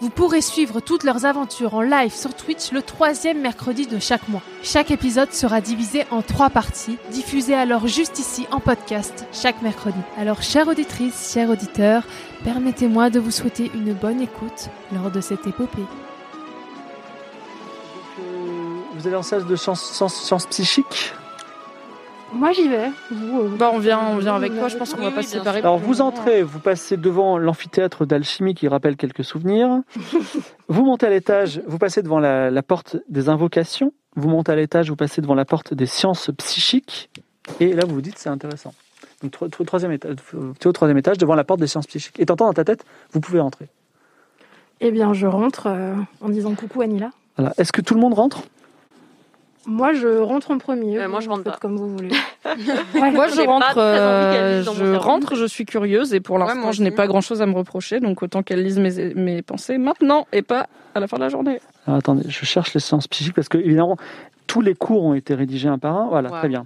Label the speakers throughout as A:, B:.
A: Vous pourrez suivre toutes leurs aventures en live sur Twitch le troisième mercredi de chaque mois. Chaque épisode sera divisé en trois parties, diffusées alors juste ici en podcast chaque mercredi. Alors, chère auditrice, chers auditeurs, permettez-moi de vous souhaiter une bonne écoute lors de cette épopée.
B: Euh, Vous allez en salle de sciences sciences- sciences psychiques
C: Moi j'y vais. Vous, euh,
D: Bah, on vient, on vient avec
C: Oui,
D: toi, je pense qu'on
C: oui,
D: va pas
C: oui,
D: se
C: bien
D: séparer.
B: Alors vous entrez, vous passez devant l'amphithéâtre d'alchimie qui rappelle quelques souvenirs. vous montez à l'étage, vous passez devant la, la porte des invocations. Vous montez à l'étage, vous passez devant la porte des sciences psychiques. Et là vous vous dites c'est intéressant. Donc tro- tro- troisième étage, tu es au troisième étage devant la porte des sciences psychiques. Et t'entends dans ta tête, vous pouvez rentrer.
C: Eh bien, je rentre euh, en disant coucou Anila.
B: Voilà. Est-ce que tout le monde rentre
C: Moi, je rentre en premier.
E: Euh, moi, je
C: Vous
E: rentre
C: faites
E: pas.
C: Comme vous voulez.
D: Moi, je
E: J'ai pas
D: rentre,
E: très envie qu'elle
D: euh,
E: lise dans mon
D: je
E: cerveau.
D: rentre, je suis curieuse et pour
E: Ouais,
D: l'instant,
E: moi
D: je n'ai
E: aussi.
D: pas grand chose à me reprocher, donc autant qu'elle lise mes, mes pensées maintenant et pas à la fin de la journée.
B: Alors, attendez, je cherche les sciences psychiques parce que évidemment tous les cours ont été rédigés un par un. Voilà,
E: Wow.
B: très bien.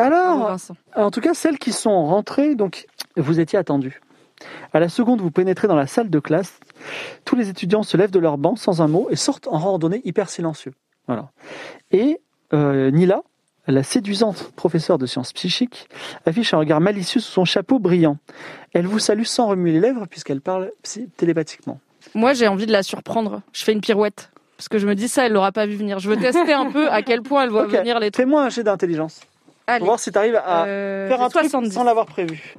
B: Alors,
D: Vincent.
B: En tout cas, celles qui sont rentrées, donc vous étiez attendues. À la seconde, vous pénétrez dans la salle de classe. Tous les étudiants se lèvent de leur banc sans un mot et sortent en randonnée hyper silencieux. Voilà. Et euh, Nila, la séduisante professeure de sciences psychiques, affiche un regard malicieux sous son chapeau brillant. Elle vous salue sans remuer les lèvres puisqu'elle parle psy- télépathiquement.
D: Moi, j'ai envie de la surprendre. Je fais une pirouette. Parce que je me dis ça, elle l'aura pas vu venir. Je veux tester un peu à quel point elle voit
B: Ok.
D: venir les trucs.
B: Fais-moi un jet d'intelligence pour
D: Allez,
B: voir si tu arrives à
D: euh,
B: faire un truc
D: 70.
B: sans l'avoir prévu.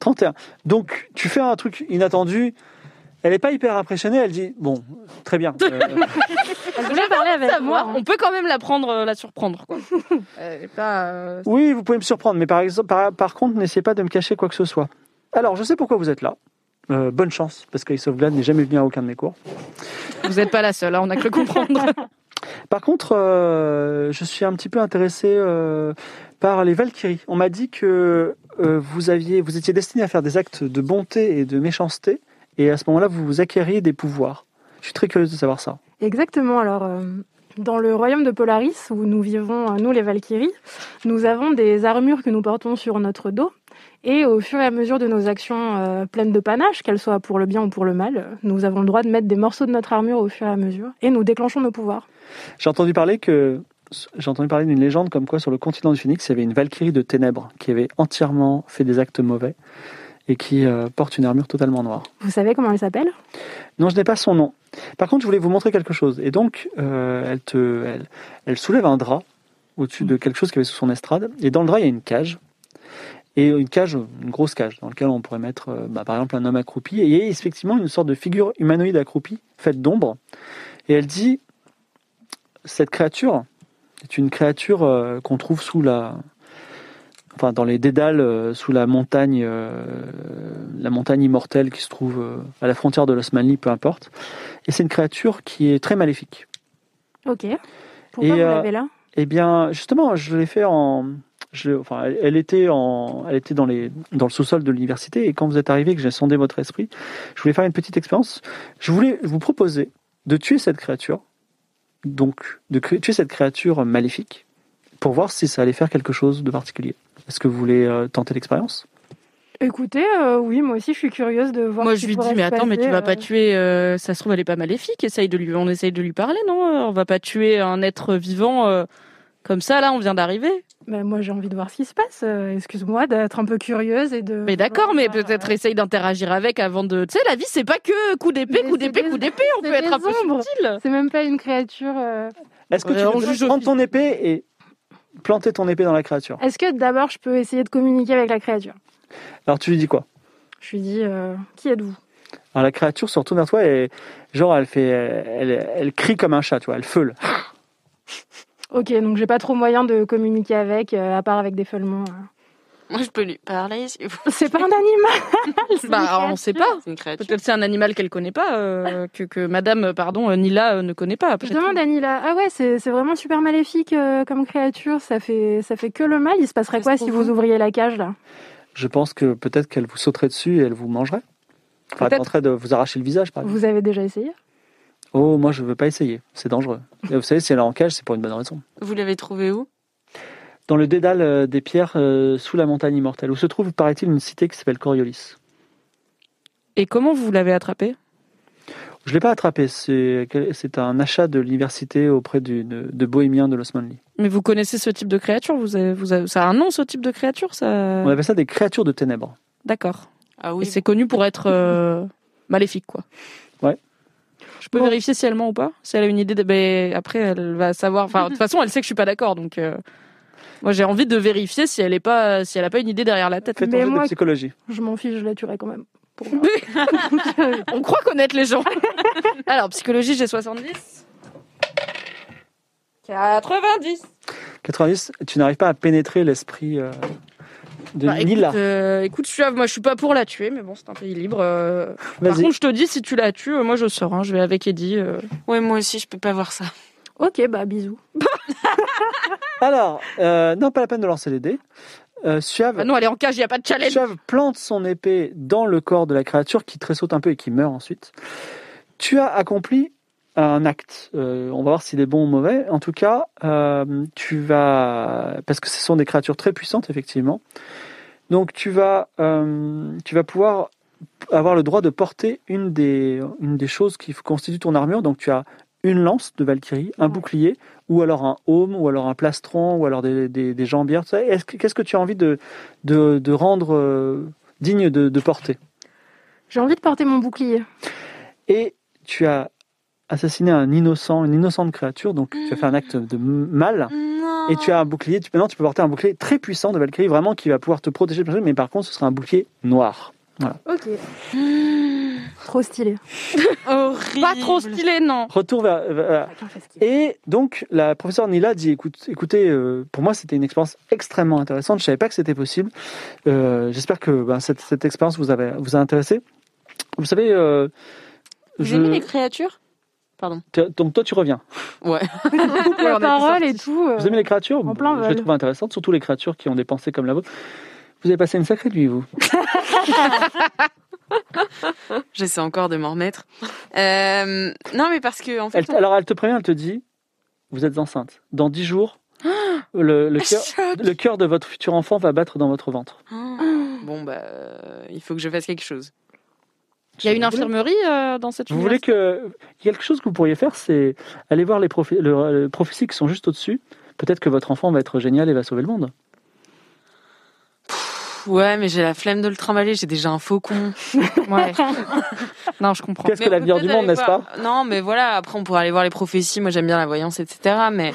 B: 31, Donc, tu fais un truc inattendu. Elle n'est pas hyper impressionnée. Elle dit Bon, très bien. euh,
C: Elle voulait parler avec
D: Ça
C: moi.
D: va,
C: hein.
D: on peut quand même la prendre, euh, la surprendre. Quoi. Elle est pas, euh,
B: oui, vous pouvez me surprendre, mais par, exemple, par, par contre, n'essayez pas de me cacher quoi que ce soit. Alors, je sais pourquoi vous êtes là. Euh, bonne chance, parce qu'Ace of Glad n'est jamais venu à aucun de mes cours.
D: Vous n'êtes pas la seule, hein, on a cru comprendre.
B: Par contre, euh, je suis un petit peu intéressé euh, par les Valkyries. On m'a dit que euh, vous, aviez, vous étiez destiné à faire des actes de bonté et de méchanceté, et à ce moment-là, vous vous acquériez des pouvoirs. Je suis très curieuse de savoir ça.
C: Exactement. Alors, euh, dans le royaume de Polaris, où nous vivons, euh, nous les Valkyries, nous avons des armures que nous portons sur notre dos. Et au fur et à mesure de nos actions euh, pleines de panache, qu'elles soient pour le bien ou pour le mal, euh, nous avons le droit de mettre des morceaux de notre armure au fur et à mesure. Et nous déclenchons nos pouvoirs.
B: J'ai entendu parler que j'ai entendu parler d'une légende comme quoi sur le continent du Phoenix, il y avait une Valkyrie de ténèbres qui avait entièrement fait des actes mauvais et qui euh, porte une armure totalement noire.
C: Vous savez comment elle s'appelle
B: Non, je n'ai pas son nom. Par contre, je voulais vous montrer quelque chose. Et donc, euh, elle, te, elle, elle soulève un drap au-dessus de quelque chose qu'il y avait sous son estrade. Et dans le drap, il y a une cage. Et une cage, une grosse cage, dans laquelle on pourrait mettre, euh, bah, par exemple, un homme accroupi. Et il y a effectivement une sorte de figure humanoïde accroupie, faite d'ombre. Et elle dit Cette créature est une créature euh, qu'on trouve sous la. Enfin, dans les dédales, euh, sous la montagne, euh, la montagne immortelle qui se trouve euh, à la frontière de l'Osmanli, peu importe. Et c'est une créature qui est très maléfique.
C: Ok. Pourquoi
B: Et,
C: vous
B: euh,
C: l'avez là
B: Eh bien, justement, je l'ai fait en. Je, enfin, elle- elle était, en, elle était dans, les, dans le sous-sol de l'université, et quand vous êtes arrivé, que j'ai sondé votre esprit, je voulais faire une petite expérience. Je voulais vous proposer de tuer cette créature, donc de cré- tuer cette créature maléfique, pour voir si ça allait faire quelque chose de particulier. Est-ce que vous voulez euh, tenter l'expérience
C: Écoutez, euh, oui, moi aussi, je suis curieuse de voir.
D: Moi,
C: ce
D: je
C: qui
D: lui dis,
C: pourrait
D: mais
C: se
D: attends, mais tu
C: passer,
D: vas
C: euh,
D: pas tuer. euh, ça se trouve, elle est pas maléfique. Essaye de lui, on essaye de lui parler, non On va pas tuer un être vivant euh, comme euh, ça. Là, on vient d'arriver.
C: Ben, moi, j'ai envie de voir ce qui se passe. Euh, Excuse-moi d'être un peu curieuse et de. euh,
D: Mais d'accord, mais peut-être essaye d'interagir avec avant de. Tu sais, la vie, c'est pas que coup d'épée,
C: Mais
D: coup
C: c'est
D: d'épée,
C: des-
D: coup d'épée. On
C: c'est
D: peut être
C: des
D: un peu
C: ombres.
D: subtil.
C: C'est même pas une créature. euh,
B: Est-ce que
D: Ouais, on
B: tu
D: juge
B: veux
D: au
B: prendre ton épée et planter ton épée dans la créature
C: Est-ce que d'abord, je peux essayer de communiquer avec la créature
B: Alors tu lui dis quoi
C: Je lui dis euh, Qui êtes-vous
B: Alors la créature se retourne vers toi et genre elle fait, elle, elle crie comme un chat, tu vois, elle feule.
C: Ok, donc j'ai pas trop moyen de communiquer avec, euh, à part avec des feulements. euh.
E: Moi, je peux lui parler. si vous-
C: C'est pas un animal c'est une
D: Bah, on sait pas.
E: C'est une créature.
D: Peut-être c'est un animal qu'elle connaît pas, euh, que, que Madame, euh, pardon, euh, Nila euh, ne connaît pas. après
C: Je
D: tout.
C: demande à Nila, ah ouais, c'est c'est vraiment super maléfique euh, comme créature, ça fait, ça fait que le mal. Il se passerait quoi si vous ouvriez la cage là
B: Je pense que peut-être qu'elle vous sauterait dessus et elle vous mangerait. Enfin, elle
D: Peut-être.
B: tenterait de vous arracher le visage, par exemple.
C: Vous avez déjà essayé
B: Oh, moi je veux pas essayer, c'est dangereux. Et vous savez, si elle est en cage, c'est pour une bonne raison.
E: Vous l'avez trouvé où
B: Dans le dédale euh, des pierres euh, sous la montagne immortelle, où se trouve, paraît-il, une cité qui s'appelle Coriolis.
D: Et comment vous l'avez attrapée
B: Je l'ai pas attrapé, c'est c'est un achat de l'université auprès du, de, de bohémiens de l'Osmanli.
D: Mais vous connaissez ce type de créature vous avez- vous avez- Ça a un nom, ce type de créature ça...
B: On appelle ça des créatures de ténèbres.
D: D'accord.
E: Ah
D: Et
E: oui.
D: c'est connu pour être euh, maléfique, quoi.
B: Ouais.
D: Je peux
C: Bon.
D: vérifier si elle ment ou pas Si elle a une idée. De... ben, après, elle va savoir. Enfin, de toute façon, elle sait que je suis pas d'accord, donc. euh, Moi, j'ai envie de vérifier si elle est pas, si elle a pas une idée derrière la tête.
B: Faites ton
C: Mais
B: jeu
C: moi-
B: de psychologie.
C: Je m'en fiche, je la tuerais quand même. Pour moi.
D: On croit connaître les gens. Alors, psychologie, j'ai 70. 90.
B: 90, tu n'arrives pas à pénétrer l'esprit euh, de
D: Bah, écoute,
B: Nila.
D: euh, écoute, Suave, moi, je suis pas pour la tuer, mais bon, c'est un pays libre. euh. Par
B: Vas-y.
D: contre, je te dis, si tu la tues, euh, moi, je sors. hein, je vais avec Eddie. euh.
E: Ouais, moi aussi, je peux pas voir ça.
C: Ok, bah bisous.
B: Alors, euh, non, pas la peine de lancer les dés. Euh, Suave,
D: Ah non, elle est en cage, il y a pas de challenge.
B: Chav plante son épée dans le corps de la créature qui tressaute un peu et qui meurt ensuite. Tu as accompli un acte. Euh, on va voir s'il est bon ou mauvais. En tout cas, euh, tu vas... Parce que ce sont des créatures très puissantes, effectivement. Donc tu vas, euh, tu vas pouvoir avoir le droit de porter une des, une des choses qui constitue ton armure. Donc tu as une lance de Valkyrie, un
C: Ouais.
B: bouclier, ou alors un aume, ou alors un plastron, ou alors des, des, des jambières. tout ça. Est-ce que- Qu'est-ce que tu as envie de, de, de rendre euh, digne de, de porter.
C: J'ai envie de porter mon bouclier.
B: Et tu as assassiné un innocent, une innocente créature, donc tu as fait un acte de m- mal.
E: Non.
B: Et tu as un bouclier, tu, maintenant tu peux porter un bouclier très puissant de Valkyrie, vraiment qui va pouvoir te protéger, mais par contre ce sera un bouclier noir.
C: Ok. Trop stylé.
E: Mmh. Horrible.
D: Pas trop stylé, non.
B: Retour vers... vers- Et donc la professeure Nila dit, écoute, écoutez, euh, pour moi c'était une expérience extrêmement intéressante, je savais pas que c'était possible. Euh, J'espère que ben, cette, cette expérience vous, avait, vous a intéressé. Vous savez, euh,
E: Vous
B: je-
E: aimez les créatures
B: donc toi tu reviens.
E: Ouais.
C: Coupe
D: on
C: la
D: a tout
C: parole
D: sorti.
C: et tout. euh,
B: Vous aimez les créatures
C: en plein
B: Je les
C: vol.
B: trouve intéressantes, surtout les créatures qui ont des pensées comme la vôtre. Vous avez passé une sacrée nuit, vous.
E: J'essaie encore de m'en remettre. Euh, non, mais parce que, en fait.
B: Elle- alors, elle te prévient, elle te dit Vous êtes enceinte. Dans dix jours,
E: Ah,
B: le, le cœur, le cœur de votre futur enfant va battre dans votre ventre.
E: on- Bon, bah, euh, il faut que je fasse quelque chose.
D: Il y a une
B: Vous voulez-
D: infirmerie euh, dans cette
B: Vous voulez que. il y a Quelque chose que vous pourriez faire, c'est aller voir les prophé- le- le prophéties qui sont juste au-dessus. Peut-être que votre enfant va être génial et va sauver le monde.
E: Pff, Ouais, mais j'ai la flemme de le trimballer, j'ai déjà un faucon.
D: Ouais. non, je comprends.
B: Qu'est-ce
E: Mais
B: que
E: on
B: l'avenir
E: peut
B: du
E: peut-être
B: monde,
E: aller
B: n'est-ce pas
E: voir- Non, mais voilà, après on pourra aller voir les prophéties, moi j'aime bien la voyance, etc. Mais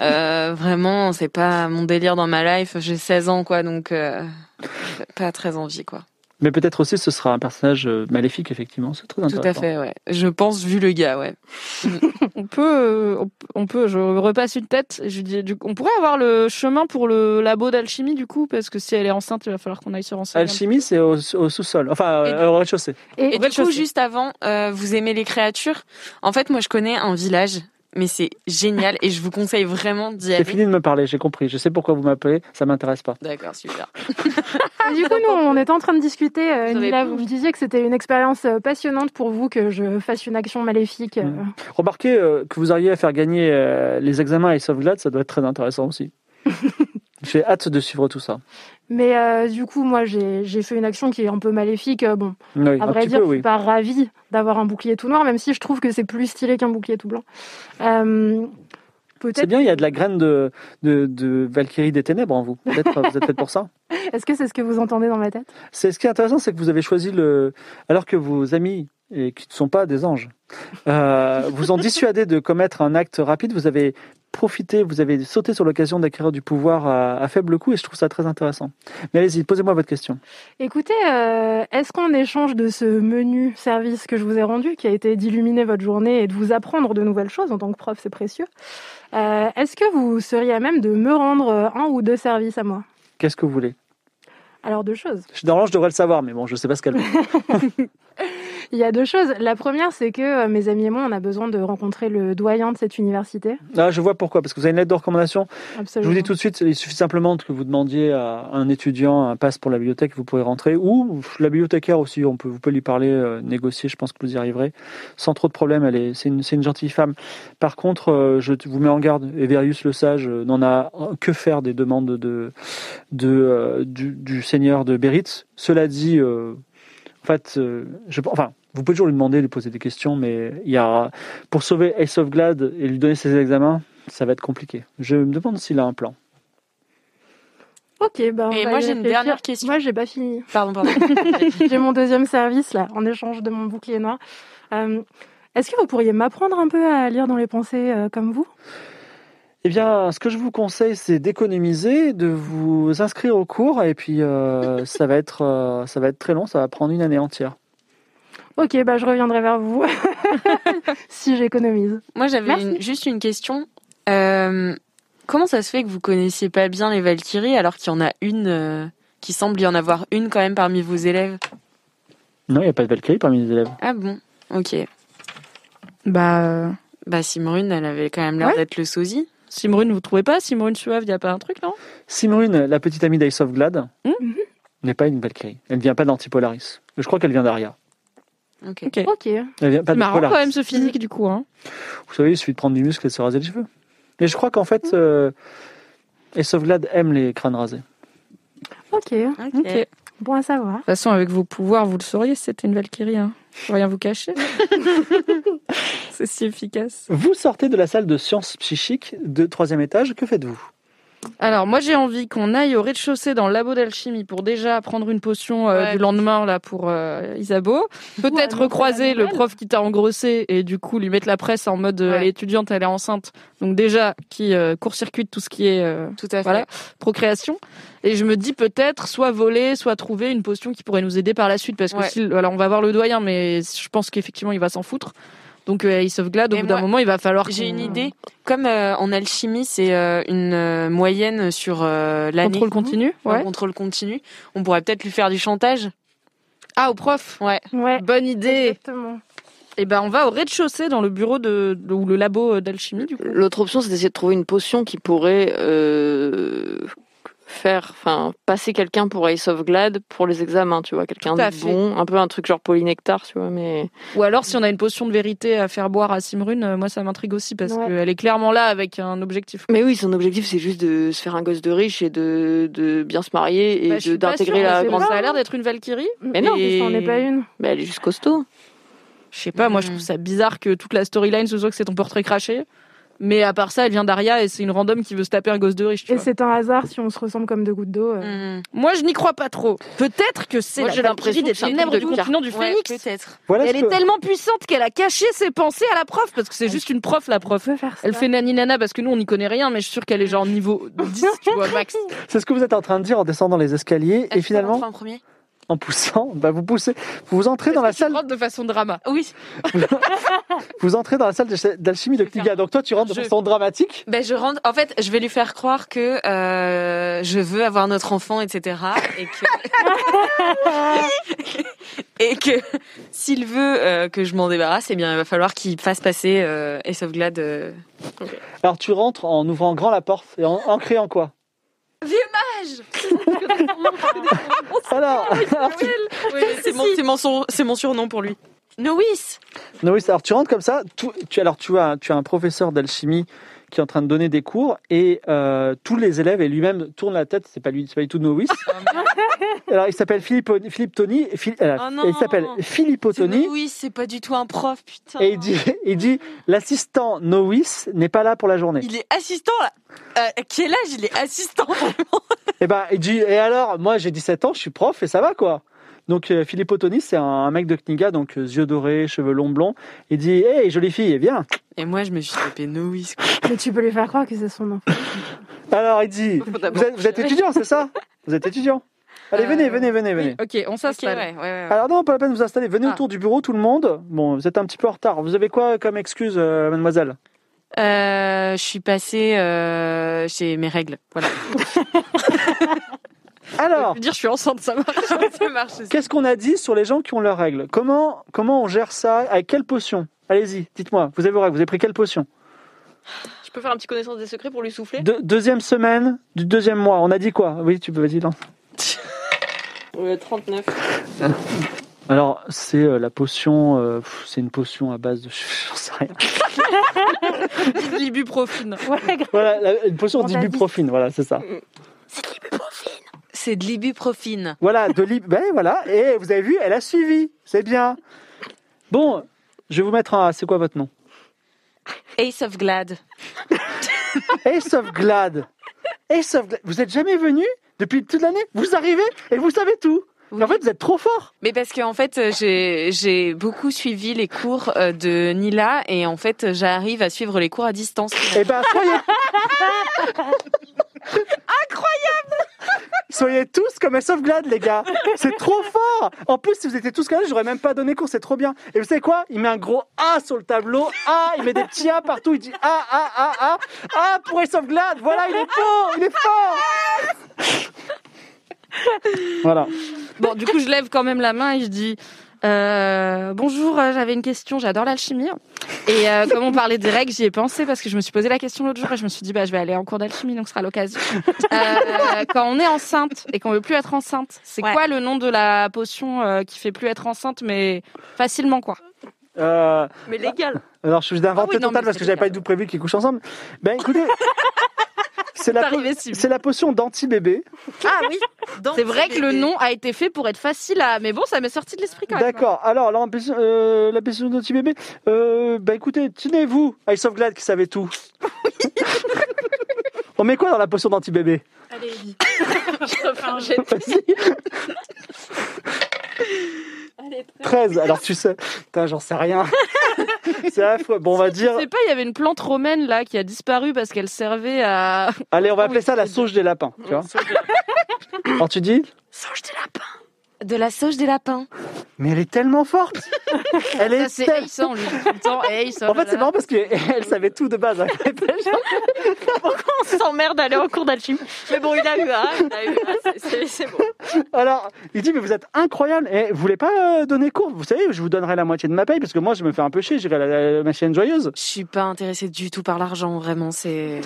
E: euh, vraiment, c'est pas mon délire dans ma life, j'ai 16 ans, quoi, donc euh, pas très envie, quoi.
B: Mais peut-être aussi ce sera un personnage euh, maléfique, effectivement. C'est très
E: Tout
B: intéressant.
E: à fait, ouais. Je pense, vu le gars, ouais.
D: On peut, euh, on- on peut. Je repasse une tête. et Je dis, du coup, on pourrait avoir le chemin pour le labo d'alchimie du coup, parce que si elle est enceinte, il va falloir qu'on aille se renseigner.
B: Alchimie, c'est au, au sous-sol. Enfin,
E: Et-
B: euh, au rez-de-chaussée.
E: Et,
C: Et
E: du coup,
D: rez-de-chaussée.
E: juste avant, euh, vous aimez les créatures En fait, moi je connais un village, mais c'est génial et je vous conseille vraiment d'y
B: C'est
E: aller.
B: fini de me parler, j'ai compris. Je sais pourquoi vous m'appelez, ça m'intéresse pas.
E: D'accord, super.
C: et du coup, nous, on était en train de discuter. euh,
E: Vous avez
C: Nila,
E: plus.
C: vous me disiez que c'était une expérience euh, passionnante pour vous que je fasse une action maléfique. euh.
B: Mm. Remarquez euh, que vous arrivez à faire gagner euh, les examens et sauvegardes, ça doit être très intéressant aussi. J'ai hâte de suivre tout ça.
C: Mais euh, du coup, moi, j'ai j'ai fait une action qui est un peu maléfique. euh, Bon,
B: Oui,
C: à
B: un
C: vrai
B: petit
C: dire,
B: peu,
C: je
B: oui.
C: suis pas ravie d'avoir un bouclier tout noir, même si je trouve que c'est plus stylé qu'un bouclier tout blanc. Euh, Peut-être.
B: C'est bien, il y a de la graine de, de, de Valkyrie des Ténèbres en vous. Peut-être vous êtes faite pour ça.
C: Est-ce que c'est ce que vous entendez dans ma tête
B: C'est ce qui est intéressant, c'est que vous avez choisi le, alors que vos amis et qui ne sont pas des anges, euh, vous ont dissuadé de commettre un acte rapide. Vous avez profité, vous avez sauté sur l'occasion d'acquérir du pouvoir à, à faible coût et je trouve ça très intéressant. Mais allez-y, posez-moi votre question.
C: Écoutez, euh, est-ce qu'en échange de ce menu service que je vous ai rendu, qui a été d'illuminer votre journée et de vous apprendre de nouvelles choses en tant que prof, c'est précieux, euh, est-ce que vous seriez à même de me rendre euh, un ou deux services à moi
B: Qu'est-ce que vous voulez
C: Alors deux choses.
B: Normalement, je devrais le savoir, mais bon, je ne sais pas ce qu'elle veut.
C: Il y a deux choses. La première, c'est que euh, mes amis et moi, on a besoin de rencontrer le doyen de cette université.
B: Ah, je vois pourquoi, parce que vous avez une lettre de recommandation. Je
C: Absolument.
B: vous dis tout de suite, il suffit simplement que vous demandiez à un étudiant un passe pour la bibliothèque, vous pourrez rentrer. Ou la bibliothécaire aussi, on peut, vous pouvez lui parler, euh, négocier, je pense que vous y arriverez. Sans trop de problèmes, elle est, c'est une, c'est une gentille femme. Par contre, euh, je vous mets en garde, Everius le Sage euh, n'en a que faire des demandes de, de, euh, du, du seigneur de Béritz. Cela dit, euh, en fait, euh, je, enfin, vous pouvez toujours lui demander, lui poser des questions, mais il y a, pour sauver Ace of Glad et lui donner ses examens, ça va être compliqué. Je me demande s'il a un plan.
C: Ok, bah. on
E: Et
C: va
E: moi,
C: y
E: j'ai une
C: réfléchir.
E: dernière question.
C: Moi, j'ai pas fini.
E: Pardon, pardon.
C: J'ai mon deuxième service là, en échange de mon bouclier noir. Euh, Est-ce que vous pourriez m'apprendre un peu à lire dans les pensées euh, comme vous
B: Eh bien, ce que je vous conseille, c'est d'économiser, de vous inscrire au cours, et puis euh, ça va être euh, ça va être très long, ça va prendre une année entière.
C: Ok, bah je reviendrai vers vous si j'économise.
E: Moi, j'avais
C: Merci.
E: une- juste une question. Euh, comment ça se fait que vous connaissiez pas bien les Valkyries alors qu'il y en a une, euh, qui semble y en avoir une quand même parmi vos élèves
B: Non, il n'y a pas de Valkyrie parmi les élèves.
E: Ah bon Ok.
D: Bah, euh,
E: Bah, Simrune, elle avait quand même l'air
D: Ouais.
E: d'être le sosie.
D: Simrune, vous trouvez pas Simrune Suave, il y a pas un truc, non
B: Simrune, la petite amie d'Ice of Glad,
D: Mhm.
B: n'est pas une Valkyrie. Elle ne vient pas d'Antipolaris. Je crois qu'elle vient d'Aria.
E: Ok.
D: Ok.
C: Ok.
B: Elle vient pas
D: C'est
B: de
D: marrant
B: Polaris.
D: quand même ce physique du coup. Hein.
B: Vous savez, il suffit de prendre du muscle et de se raser les cheveux. Mais je crois qu'en fait, euh, Ace of Glad aime les crânes rasés.
C: Ok,
E: Ok.
D: Ok. De toute
C: bon à savoir.
D: façon, avec vos pouvoirs, vous le sauriez si c'était une Valkyrie. Hein. Je vais rien vous cacher. C'est si efficace.
B: Vous sortez de la salle de sciences psychiques de troisième étage. Que faites-vous
D: Alors, moi, j'ai envie qu'on aille au rez-de-chaussée dans le labo d'alchimie pour déjà prendre une potion euh,
E: Ouais.
D: du lendemain là pour euh, Isabeau.
C: annoncer
D: Peut-être
C: la
D: recroiser le
C: nouvelle.
D: prof qui t'a engrossé et du coup lui mettre la presse en mode euh,
E: Ouais.
D: elle est étudiante, elle est enceinte. Donc déjà qui euh, court-circuite tout ce qui est euh,
E: Tout à fait.
D: Voilà. procréation. Et je me dis peut-être soit voler, soit trouver une potion qui pourrait nous aider par la suite. Parce que
E: Ouais.
D: si, alors on va voir le doyen, mais je pense qu'effectivement il va s'en foutre. Donc euh, Ace of Glad, au
E: Mais
D: bout d'un
E: moi,
D: moment, il va falloir.
E: J'ai
D: qu'on
E: une idée. Comme euh, en alchimie, c'est euh, une euh, moyenne sur euh, l'année.
D: Contrôle continu.
E: Enfin,
D: Ouais.
E: contrôle continu. On pourrait peut-être lui faire du chantage.
D: Ah, au prof.
E: Ouais.
C: Ouais.
D: Bonne idée.
C: Exactement.
D: Et ben on va au rez-de-chaussée dans le bureau de ou le labo euh, d'alchimie du coup.
F: L'autre option, c'est d'essayer de trouver une potion qui pourrait euh, faire, enfin, passer quelqu'un pour Ace of Glad pour les examens, tu vois, quelqu'un
D: Tout à
F: de
D: fait.
F: bon, un peu un truc genre polynectar, tu vois, mais
D: Ou alors si on a une potion de vérité à faire boire à Simrune, euh, moi ça m'intrigue aussi parce
C: Ouais.
D: qu'elle est clairement là avec un objectif.
F: mais oui, son objectif, c'est juste de se faire un gosse de riche et de, de bien se marier et
D: Bah,
F: de-
D: je suis pas
F: d'intégrer
D: sûre,
F: la
D: parce que
F: grande.
D: Ça a l'air d'être une Valkyrie.
F: Mais non,
D: Et-
C: Ça en est pas une.
F: mais elle est juste costaud.
D: Je sais pas, moi je
F: Mm.
D: trouve ça bizarre que toute la storyline se soit que c'est ton portrait craché. Mais à part ça, elle vient d'Aria et c'est une random qui veut se taper un gosse de riche. tu
C: Et
D: vois. Mm.
C: c'est un hasard si on se ressemble comme deux gouttes d'eau. euh.
E: Hmm.
D: Moi je n'y crois pas trop. Peut-être que c'est
F: Moi,
D: la
F: j'ai l'impression
D: Valkyrie des
F: que c'est un
D: ténèbres
F: truc
D: du
F: de
D: continent du
E: Ouais,
D: phénix.
E: peut-être.
B: Voilà
D: elle
B: ce
D: est
B: que-
D: tellement puissante qu'elle a caché ses pensées à la prof parce que c'est juste une prof la
C: On
D: prof.
C: peut faire ça.
D: Elle fait nani nana parce que nous on n'y connaît rien mais je suis sûre qu'elle est genre niveau 10 tu vois max.
B: C'est ce que vous êtes en train de dire en descendant les escaliers et
E: Est-ce qu'on
B: finalement
E: rentre en premier
B: en poussant, bah vous poussez, vous entrez dans la
D: Tu
B: salle,
D: rentres de façon drama.
E: Oui.
B: vous entrez dans la salle de- d'alchimie de
E: Je vais faire
B: Kliga. Donc toi tu rentres de
E: Je-
B: façon dramatique.
E: Ben je rentre. En fait, je vais lui faire croire que euh, je veux avoir notre enfant, etc. Et que et que s'il veut euh, que je m'en débarrasse, eh bien, il va falloir qu'il fasse passer euh, Ace of Glad. euh,
B: Alors tu rentres en ouvrant grand la porte et en, en criant quoi Alors,
E: Oui, mais c'est mon, c'est mon son- c'est mon surnom pour lui. Nois.
B: Noïs, alors tu rentres comme ça. tout- tu, alors tu as, tu as un professeur d'alchimie qui est en train de donner des cours et euh, tous les élèves et lui-même tournent la tête. C'est pas lui, c'est pas du tout Noïs. Alors, il s'appelle Philippe, Philippe Tony. Phil- alors,
E: Oh non.
B: il s'appelle Filippo
E: C'est
B: Tony.
E: Oui, c'est pas du tout un prof, putain.
B: Et il dit, il dit l'assistant Nois n'est pas là pour la journée.
E: Il est assistant là. Euh, à quel âge il est assistant vraiment
B: Et ben, il dit, et alors, moi j'ai 17 ans, je suis prof et ça va quoi. Donc euh, Filippo Tony, c'est un, un mec de Kniga, donc euh, yeux dorés, cheveux longs blonds. Il dit, hey jolie fille, viens.
E: Et moi, je me suis tapé Nois. quoi.
C: Mais tu peux lui faire croire que c'est son enfant.
B: Alors il dit,
F: Faut
B: vous
F: d'abord
B: êtes, vous êtes étudiant, c'est ça Vous êtes étudiant. Allez,
E: Euh,
B: venez, venez, venez, venez.
D: Ok, on
E: Ok, ouais,
D: s'installe.
E: ouais, ouais, ouais.
B: Alors non, pas la peine de vous installer. Venez
E: Ah.
B: autour du bureau, tout le monde. Bon, vous êtes un petit peu en retard. Vous avez quoi comme excuse, euh, mademoiselle
E: Euh, je suis passée euh, chez mes règles. Voilà.
D: Je
B: Alors,
D: veux dire, je suis enceinte, ça marche.
E: ça marche. aussi.
B: qu'est-ce qu'on a dit sur les gens qui ont leurs règles Comment comment on gère ça Avec quelle potion Allez-y, dites-moi. Vous avez vos règles. Vous avez pris quelle potion
F: Je peux faire un petit connaissance des secrets pour lui souffler
B: Deux- Deuxième semaine du deuxième mois. On a dit quoi Oui, tu peux vas-y lance.
F: Euh, 39.
B: Alors, c'est euh, la potion, euh, pff, c'est une potion à base de. J'en sais rien.
D: L'ibuprofine.
C: Ouais, grave.
B: Voilà, la- une potion
C: On t'a dit.
B: d'ibuprofine, voilà, c'est ça.
E: C'est de l'ibuprofine.
B: Voilà, de l'ib. Ben voilà, et vous avez vu, elle a suivi, c'est bien. Bon, je vais vous mettre un. C'est quoi votre nom
E: Ace of Glad.
B: Ace of Glad. Ace of Glad. Vous êtes jamais venu depuis toute l'année Vous arrivez et vous savez tout.
E: Oui.
B: En fait, vous êtes trop fort.
E: Mais parce qu'en fait, euh, j'ai j'ai beaucoup suivi les cours euh, de Nila et en fait, euh, j'arrive à suivre les cours à distance.
B: Eh ben, soyez. Incroyable Soyez tous comme Ace of Glad, les gars. C'est trop fort. En plus, si vous étiez tous comme ça, j'aurais même pas donné cours. C'est trop bien. Et vous savez quoi Il met un gros A sur le tableau. A. Il met des petits A partout. Il dit A, A, A, A. A pour Ace of Glad. Voilà, il est beau. Il est fort. Voilà.
D: Bon, du coup, je lève quand même la main et je dis euh, Bonjour, euh, j'avais une question, j'adore l'alchimie. Et euh, comme on parlait des règles, j'y ai pensé parce que je me suis posé la question l'autre jour et je me suis dit bah, Je vais aller en cours d'alchimie, donc ce sera l'occasion. Euh, quand on est enceinte et qu'on veut plus être enceinte, c'est
E: Ouais.
D: quoi le nom de la potion euh, qui fait plus être enceinte, mais facilement quoi
B: Euh,
F: Mais légal.
B: alors, je suis d'inventer
D: Ah oui, non,
B: total
D: mais
B: parce
D: c'est
B: que j'avais pas
D: légal.
B: du tout prévu qu'ils couchent ensemble. Ben écoutez, c'est la, po-
D: Arrivé si vite.
B: c'est la potion d'anti-bébé.
E: Ah oui
D: C'est vrai que le nom a été fait pour être facile à. Mais bon, ça m'est sorti de l'esprit quand même.
B: D'accord. Alors, la blessure- euh, la blessure de notre petit bébé. Euh, bah écoutez, tenez-vous, Ice of Glad qui savait tout. On met quoi dans la potion d'anti-bébé
C: Allez, Ellie.
B: Vas-y. 13, alors tu sais. Putain, j'en sais rien. C'est affreux. Bon, on va dire.
D: Je sais pas, il y avait une plante romaine là qui a disparu parce qu'elle servait à.
B: Allez, on va appeler ça la Ah, sauge des lapins. Tu vois alors tu dis
E: De la sauge des lapins.
B: Mais elle est tellement forte Elle
D: Ça,
B: est
D: c'est
B: telle-
D: Ace, hein, on lui dit tout le temps. Ace, oh
B: En
D: là
B: fait, c'est
D: là.
B: marrant parce qu'elle savait tout de base. hein.
F: On s'emmerde d'aller en cours d'alchimie. Mais bon, il a eu un, il a eu un, c'est- c'est- c'est bon.
B: Alors, il dit, mais vous êtes incroyable. Et vous voulez pas euh, donner cours Vous savez, je vous donnerai la moitié de ma paye parce que moi, je me fais un peu chier. J'irai à la- la- ma chaîne joyeuse.
E: Je suis pas intéressée du tout par l'argent, vraiment. C'est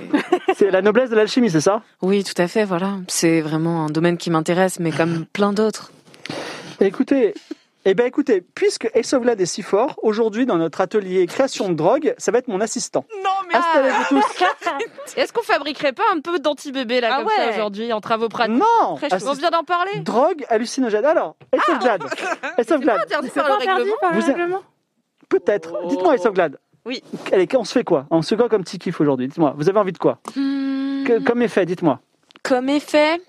B: C'est la noblesse de l'alchimie, c'est ça
E: oui, tout à fait. Voilà, c'est vraiment un domaine qui m'intéresse, mais comme plein d'autres.
B: Écoutez, eh ben écoutez, puisque Esovlad est si fort, aujourd'hui, dans notre atelier création de drogue, ça va être mon assistant.
E: Non mais
D: Ah,
B: Installez-vous tous.
D: Est-ce qu'on fabriquerait pas un peu d'anti-bébé là
E: Ah
D: comme
E: ouais.
D: ça aujourd'hui en travaux pratiques
B: Non Ah,
D: Très chaud.
B: Assist-
D: On vient d'en parler.
B: Drogue hallucinogène. Alors, Esovlad.
D: Ah!
B: Esovlad,
D: Interdit
C: C'est
D: par le
C: pas interdit
D: règlement.
C: par
B: Vous
C: le
B: êtes-
C: règlement
B: peut-être. Dites-moi, Esovlad.
F: Oui.
B: Allez, on se fait quoi On se fait quoi comme petit kiff aujourd'hui Dites-moi, vous avez envie de quoi
E: Hmm.
B: Que- Comme effet, dites-moi.
E: Comme effet,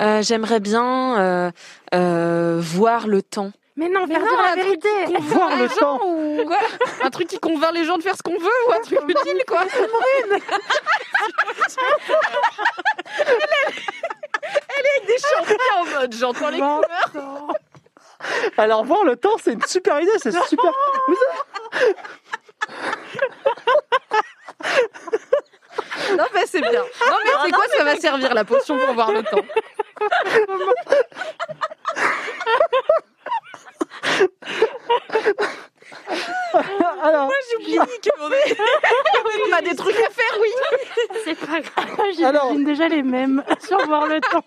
E: euh, j'aimerais bien euh, euh, voir le temps.
C: Mais non,
D: Mais
C: faire
D: non,
C: dire la
D: un truc
C: vérité.
B: Voir le temps.
D: Ou quoi un truc qui convainc les gens de faire ce qu'on veut ou un truc utile quoi Elle est avec des champignons en mode j'entends les
B: Non. Alors voir le temps, c'est une super idée, c'est super. Vous
D: Non mais c'est bien. Non mais c'est quoi ça va servir la potion pour voir le temps
B: savez- Alors,
D: On a des trucs à faire oui.
C: C'est pas grave,
B: Alors-
C: j'imagine déjà les mêmes sur voir le temps.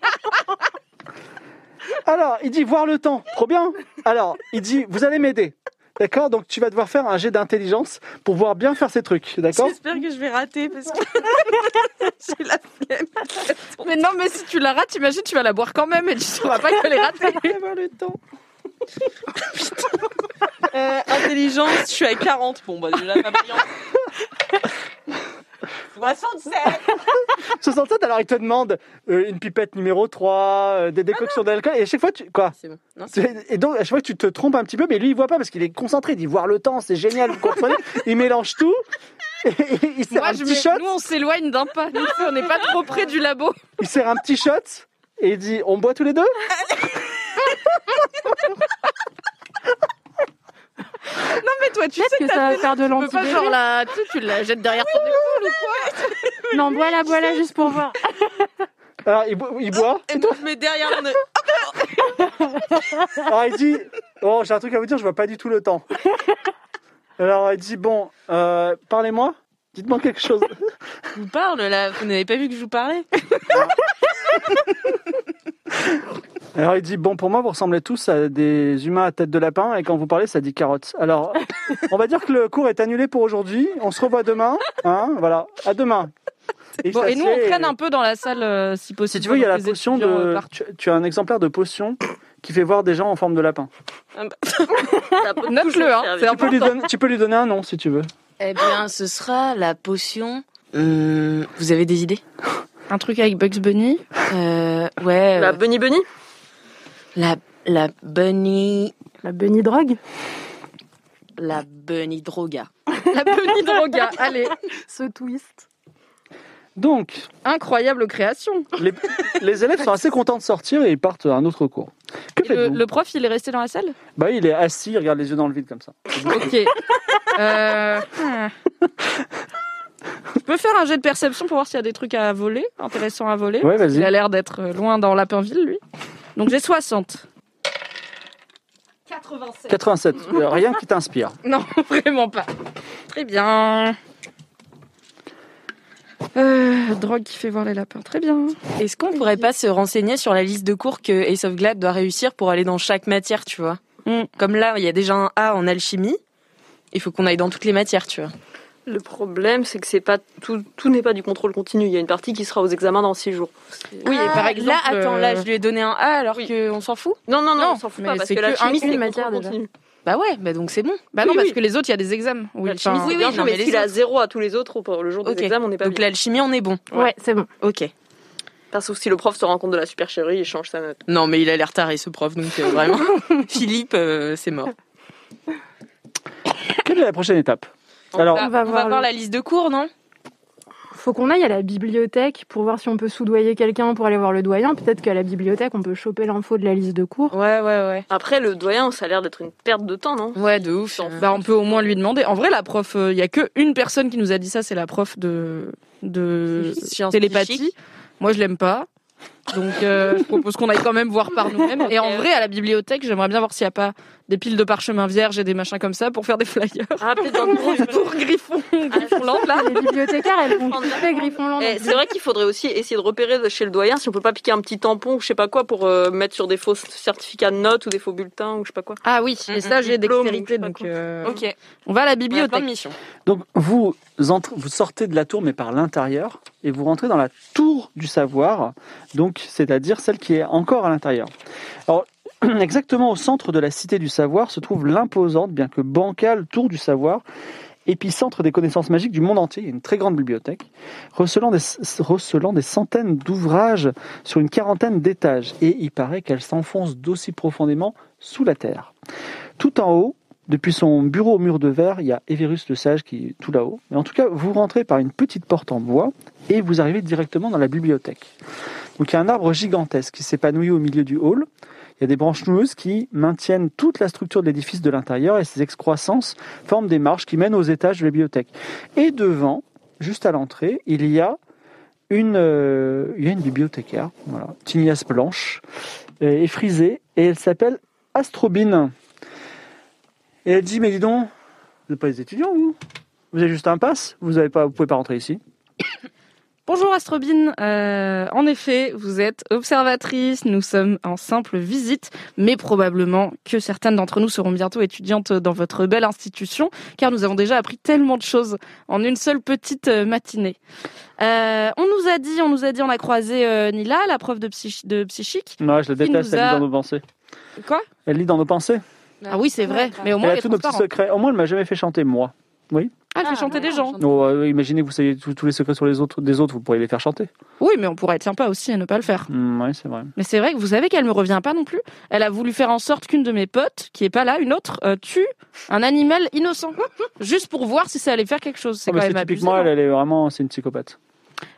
B: alors, il dit voir le temps, trop bien. Alors, il dit vous allez m'aider. D'accord Donc tu vas devoir faire un jet d'intelligence pour pouvoir bien faire ces trucs. D'accord
D: J'espère que je vais rater parce que j'ai la flemme. Mais non, mais si tu la rates, imagine, tu vas la boire quand même et tu sauras pas qu'elle est ratée.
E: le temps. Euh, intelligence, je suis à 40. Bon, bah, déjà, pas brillant. 67
B: 67, alors il te demande euh, une pipette numéro 3, euh, des décoctions d'alcool, et à chaque fois, tu. Quoi
E: C'est bon. Non, c'est-
B: C'est- Et donc, à chaque fois, tu te trompes un petit peu, mais lui, il voit pas parce qu'il est concentré. Il dit voir le temps, c'est génial, vous comprenez Il mélange tout. Et il sert
D: Moi,
B: un
D: je
B: petit
D: mets-
B: shot.
D: Nous, on s'éloigne d'un pas. Nous, on n'est pas trop près du labo.
B: Il sert un petit shot. Et il dit on boit tous les deux
D: Mais toi, tu
C: Peut-être que ça va faire de
D: peux pas genre
C: l'anti
D: la, tu, tu la jettes derrière ton épaule ou quoi
C: Non, bois-la, bois-la juste pour voir.
B: Alors, il, bo- il boit.
E: Et donc, je mets derrière mon nez.
B: Alors, il dit oh, j'ai un truc à vous dire, je vois pas du tout le temps. Alors, il dit bon, euh, parlez-moi. Dites-moi quelque chose.
E: Je vous parle là, vous n'avez pas vu que je vous parlais
B: Alors il dit bon pour moi vous ressemblez tous à des humains à tête de lapin et quand vous parlez ça dit carotte. Alors on va dire que le cours est annulé pour aujourd'hui. On se revoit demain. Hein, voilà. À demain.
D: Bon,
B: ça
D: et nous,
B: se fait-
D: on traîne un peu dans la salle, euh, si possible.
B: Si tu veux il y a la
D: donc les
B: potion
D: étudiants, euh,
B: de.
D: partent.
B: Tu, tu as un exemplaire de potion qui fait voir des gens en forme de lapin.
D: Note-le, hein, c'est
B: Tu peux lui donner, tu peux lui donner un nom si tu veux.
E: Eh bien, ce sera la potion. Hum, vous avez des idées
D: Un truc avec Bugs Bunny.
E: Euh, Ouais.
F: La
E: euh,
F: Bah, Bunny Bunny
E: La, la bunny.
C: La Bunny Drogue
E: La bunny droga.
D: La Bunny Droga. Allez,
C: Ce twist.
B: Donc
D: incroyable création.
B: les, les élèves sont assez contents de sortir et ils partent à un autre cours. Que
D: Et le,
B: faites-vous
D: le prof, il est resté dans la salle
B: Bah il est assis, il regarde les yeux dans le vide comme ça.
D: Ok. Euh, hmm. Je peux faire un jet de perception pour voir s'il y a des trucs à voler, intéressants à voler.
B: Ouais
D: Il
B: vas-y.
D: a l'air d'être loin dans Lapinville, lui. Donc j'ai 60. 87.
B: 87. Euh, Rien qui t'inspire.
D: Non, vraiment pas. Très bien. Euh, drogue qui fait voir les lapins. Très bien.
E: Est-ce qu'on pourrait pas se renseigner sur la liste de cours que Ace of Glad doit réussir pour aller dans chaque matière, tu vois
D: Mm.
E: Comme là, il y a déjà un A en alchimie. Il faut qu'on aille dans toutes les matières, tu vois.
F: Le problème, c'est que c'est pas tout, tout n'est pas du contrôle continu. Il y a une partie qui sera aux examens dans six jours. C'est-
E: Oui,
D: et par exemple,
E: Ah, Là, attends, là,
D: euh,
E: je lui ai donné un A alors
F: Oui.
E: qu'on s'en fout
F: Non, non, non,
D: Non,
F: on s'en fout
D: mais
F: pas parce
D: c'est
F: que
D: que
F: la chimie,
D: un-
F: c'est
D: une
F: le
C: matière,
F: contrôle
C: déjà.
F: continu.
E: Bah ouais, bah donc c'est bon.
D: Bah non,
F: Oui,
D: parce
F: oui.
D: que les autres, il y a des examens. Bah, Oui,
E: La chimie,
D: enfin,
E: oui,
F: bien,
E: non,
F: mais,
E: mais les
F: s'il a
E: autres.
F: zéro à tous les autres pour le jour des
E: Ok.
F: examens, on n'est pas
E: Donc
F: bien.
E: l'alchimie, on est bon.
C: Ouais, c'est bon.
E: Ok.
F: Pas sauf si le prof se rend compte de la supercherie et change sa note.
E: Non, mais il a l'air taré ce prof, donc euh, vraiment. Philippe, euh, c'est mort.
B: Quelle est la prochaine étape
E: On
B: Alors
C: va
E: va, on va
C: voir
E: voir
C: le-
E: la liste de cours, non
C: Faut qu'on aille à la bibliothèque pour voir si on peut soudoyer quelqu'un pour aller voir le doyen. Peut-être qu'à la bibliothèque, on peut choper l'info de la liste de cours.
E: Ouais, ouais, ouais.
F: Après, le doyen, ça a l'air d'être une perte de temps, non
E: Ouais, de ouf.
F: Sans-
D: Bah, on peut au moins lui demander. En vrai, la prof, il y a que une personne qui nous a dit ça, c'est la prof de de
E: Science
D: télépathie.
E: psychique.
D: Moi, je l'aime pas. Donc, euh, je propose qu'on aille quand même voir par nous-mêmes. Et en vrai, à la bibliothèque, j'aimerais bien voir s'il n'y a pas des piles de parchemins vierges et des machins comme ça pour faire des flyers
F: Ah, peut-être dans le groupe.
D: pour Griffon, Griffonland, là.
C: Les bibliothécaires, elles vont kiffer Griffon
F: Eh, C'est vrai qu'il faudrait aussi essayer de repérer de chez le doyen si on peut pas piquer un petit tampon ou je sais pas quoi pour euh, mettre sur des faux certificats de notes ou des faux bulletins ou je sais pas quoi.
D: Ah oui, et ça, j'ai
F: Diplôme,
D: dextérité.
F: je sais pas
D: Donc,
F: quoi.
D: euh,
E: Ok.
D: on va à la
E: Il y a plein
D: bibliothèque.
E: de missions.
B: Donc vous, entrez- vous sortez de la tour mais par l'intérieur et vous rentrez dans la tour du savoir, donc c'est-à-dire celle qui est encore à l'intérieur. Alors exactement au centre de la cité du savoir se trouve l'imposante, bien que bancale, tour du savoir, épicentre des connaissances magiques du monde entier. Il y a une très grande bibliothèque recelant des, recelant des centaines d'ouvrages sur une quarantaine d'étages et il paraît qu'elle s'enfonce d'aussi profondément sous la terre. Tout en haut, depuis son bureau au mur de verre, il y a Everus le Sage qui est tout là-haut. Mais en tout cas, vous rentrez par une petite porte en bois et vous arrivez directement dans la bibliothèque. Donc il y a un arbre gigantesque qui s'épanouit au milieu du hall. Il y a des branches noueuses qui maintiennent toute la structure de l'édifice de l'intérieur et ses excroissances forment des marches qui mènent aux étages de la bibliothèque. Et devant, juste à l'entrée, il y a une, euh, il y a une bibliothécaire, voilà, tignasse blanche euh, et frisée, et elle s'appelle Astrobine. Et elle dit, mais dis donc, vous n'êtes pas des étudiants, vous Vous avez juste un pass Vous avez pas, vous pouvez pas rentrer ici
D: Bonjour Astrobine, Euh, en effet, vous êtes observatrice, nous sommes en simple visite, mais probablement que certaines d'entre nous seront bientôt étudiantes dans votre belle institution, car nous avons déjà appris tellement de choses en une seule petite euh, matinée. Euh, on nous a dit, on nous a dit, on a croisé euh, Nila, la prof de, psychi- de psychique.
B: Non, je la déteste,
D: nous
B: elle
D: a-
B: lit dans nos pensées.
D: Quoi
B: Elle lit dans nos pensées.
F: Bah,
D: Ah oui, c'est vrai, mais au moins
B: elle
D: elle
B: a
D: est
B: tous nos petits
D: transparente.
B: secrets. Au moins, elle m'a jamais fait chanter, moi.
D: Ah, elle fait
F: Ah,
D: chanter des
F: ouais,
D: gens.
B: Oh, euh, imaginez que vous savez tous tous les secrets sur les autres, des autres, vous pourriez les faire chanter.
D: Oui, mais on pourrait être sympa aussi à ne pas le faire.
B: Hmm, oui, c'est vrai.
D: Mais c'est vrai que vous savez qu'elle me revient pas non plus. Elle a voulu faire en sorte qu'une de mes potes, qui est pas là, une autre, euh, tue un animal innocent. juste pour voir si ça allait faire quelque chose. C'est
B: Ah,
D: quand
B: mais
D: même
B: c'est
D: abusé. hein.
B: typiquement,
D: non
B: elle, elle est vraiment, c'est une psychopathe.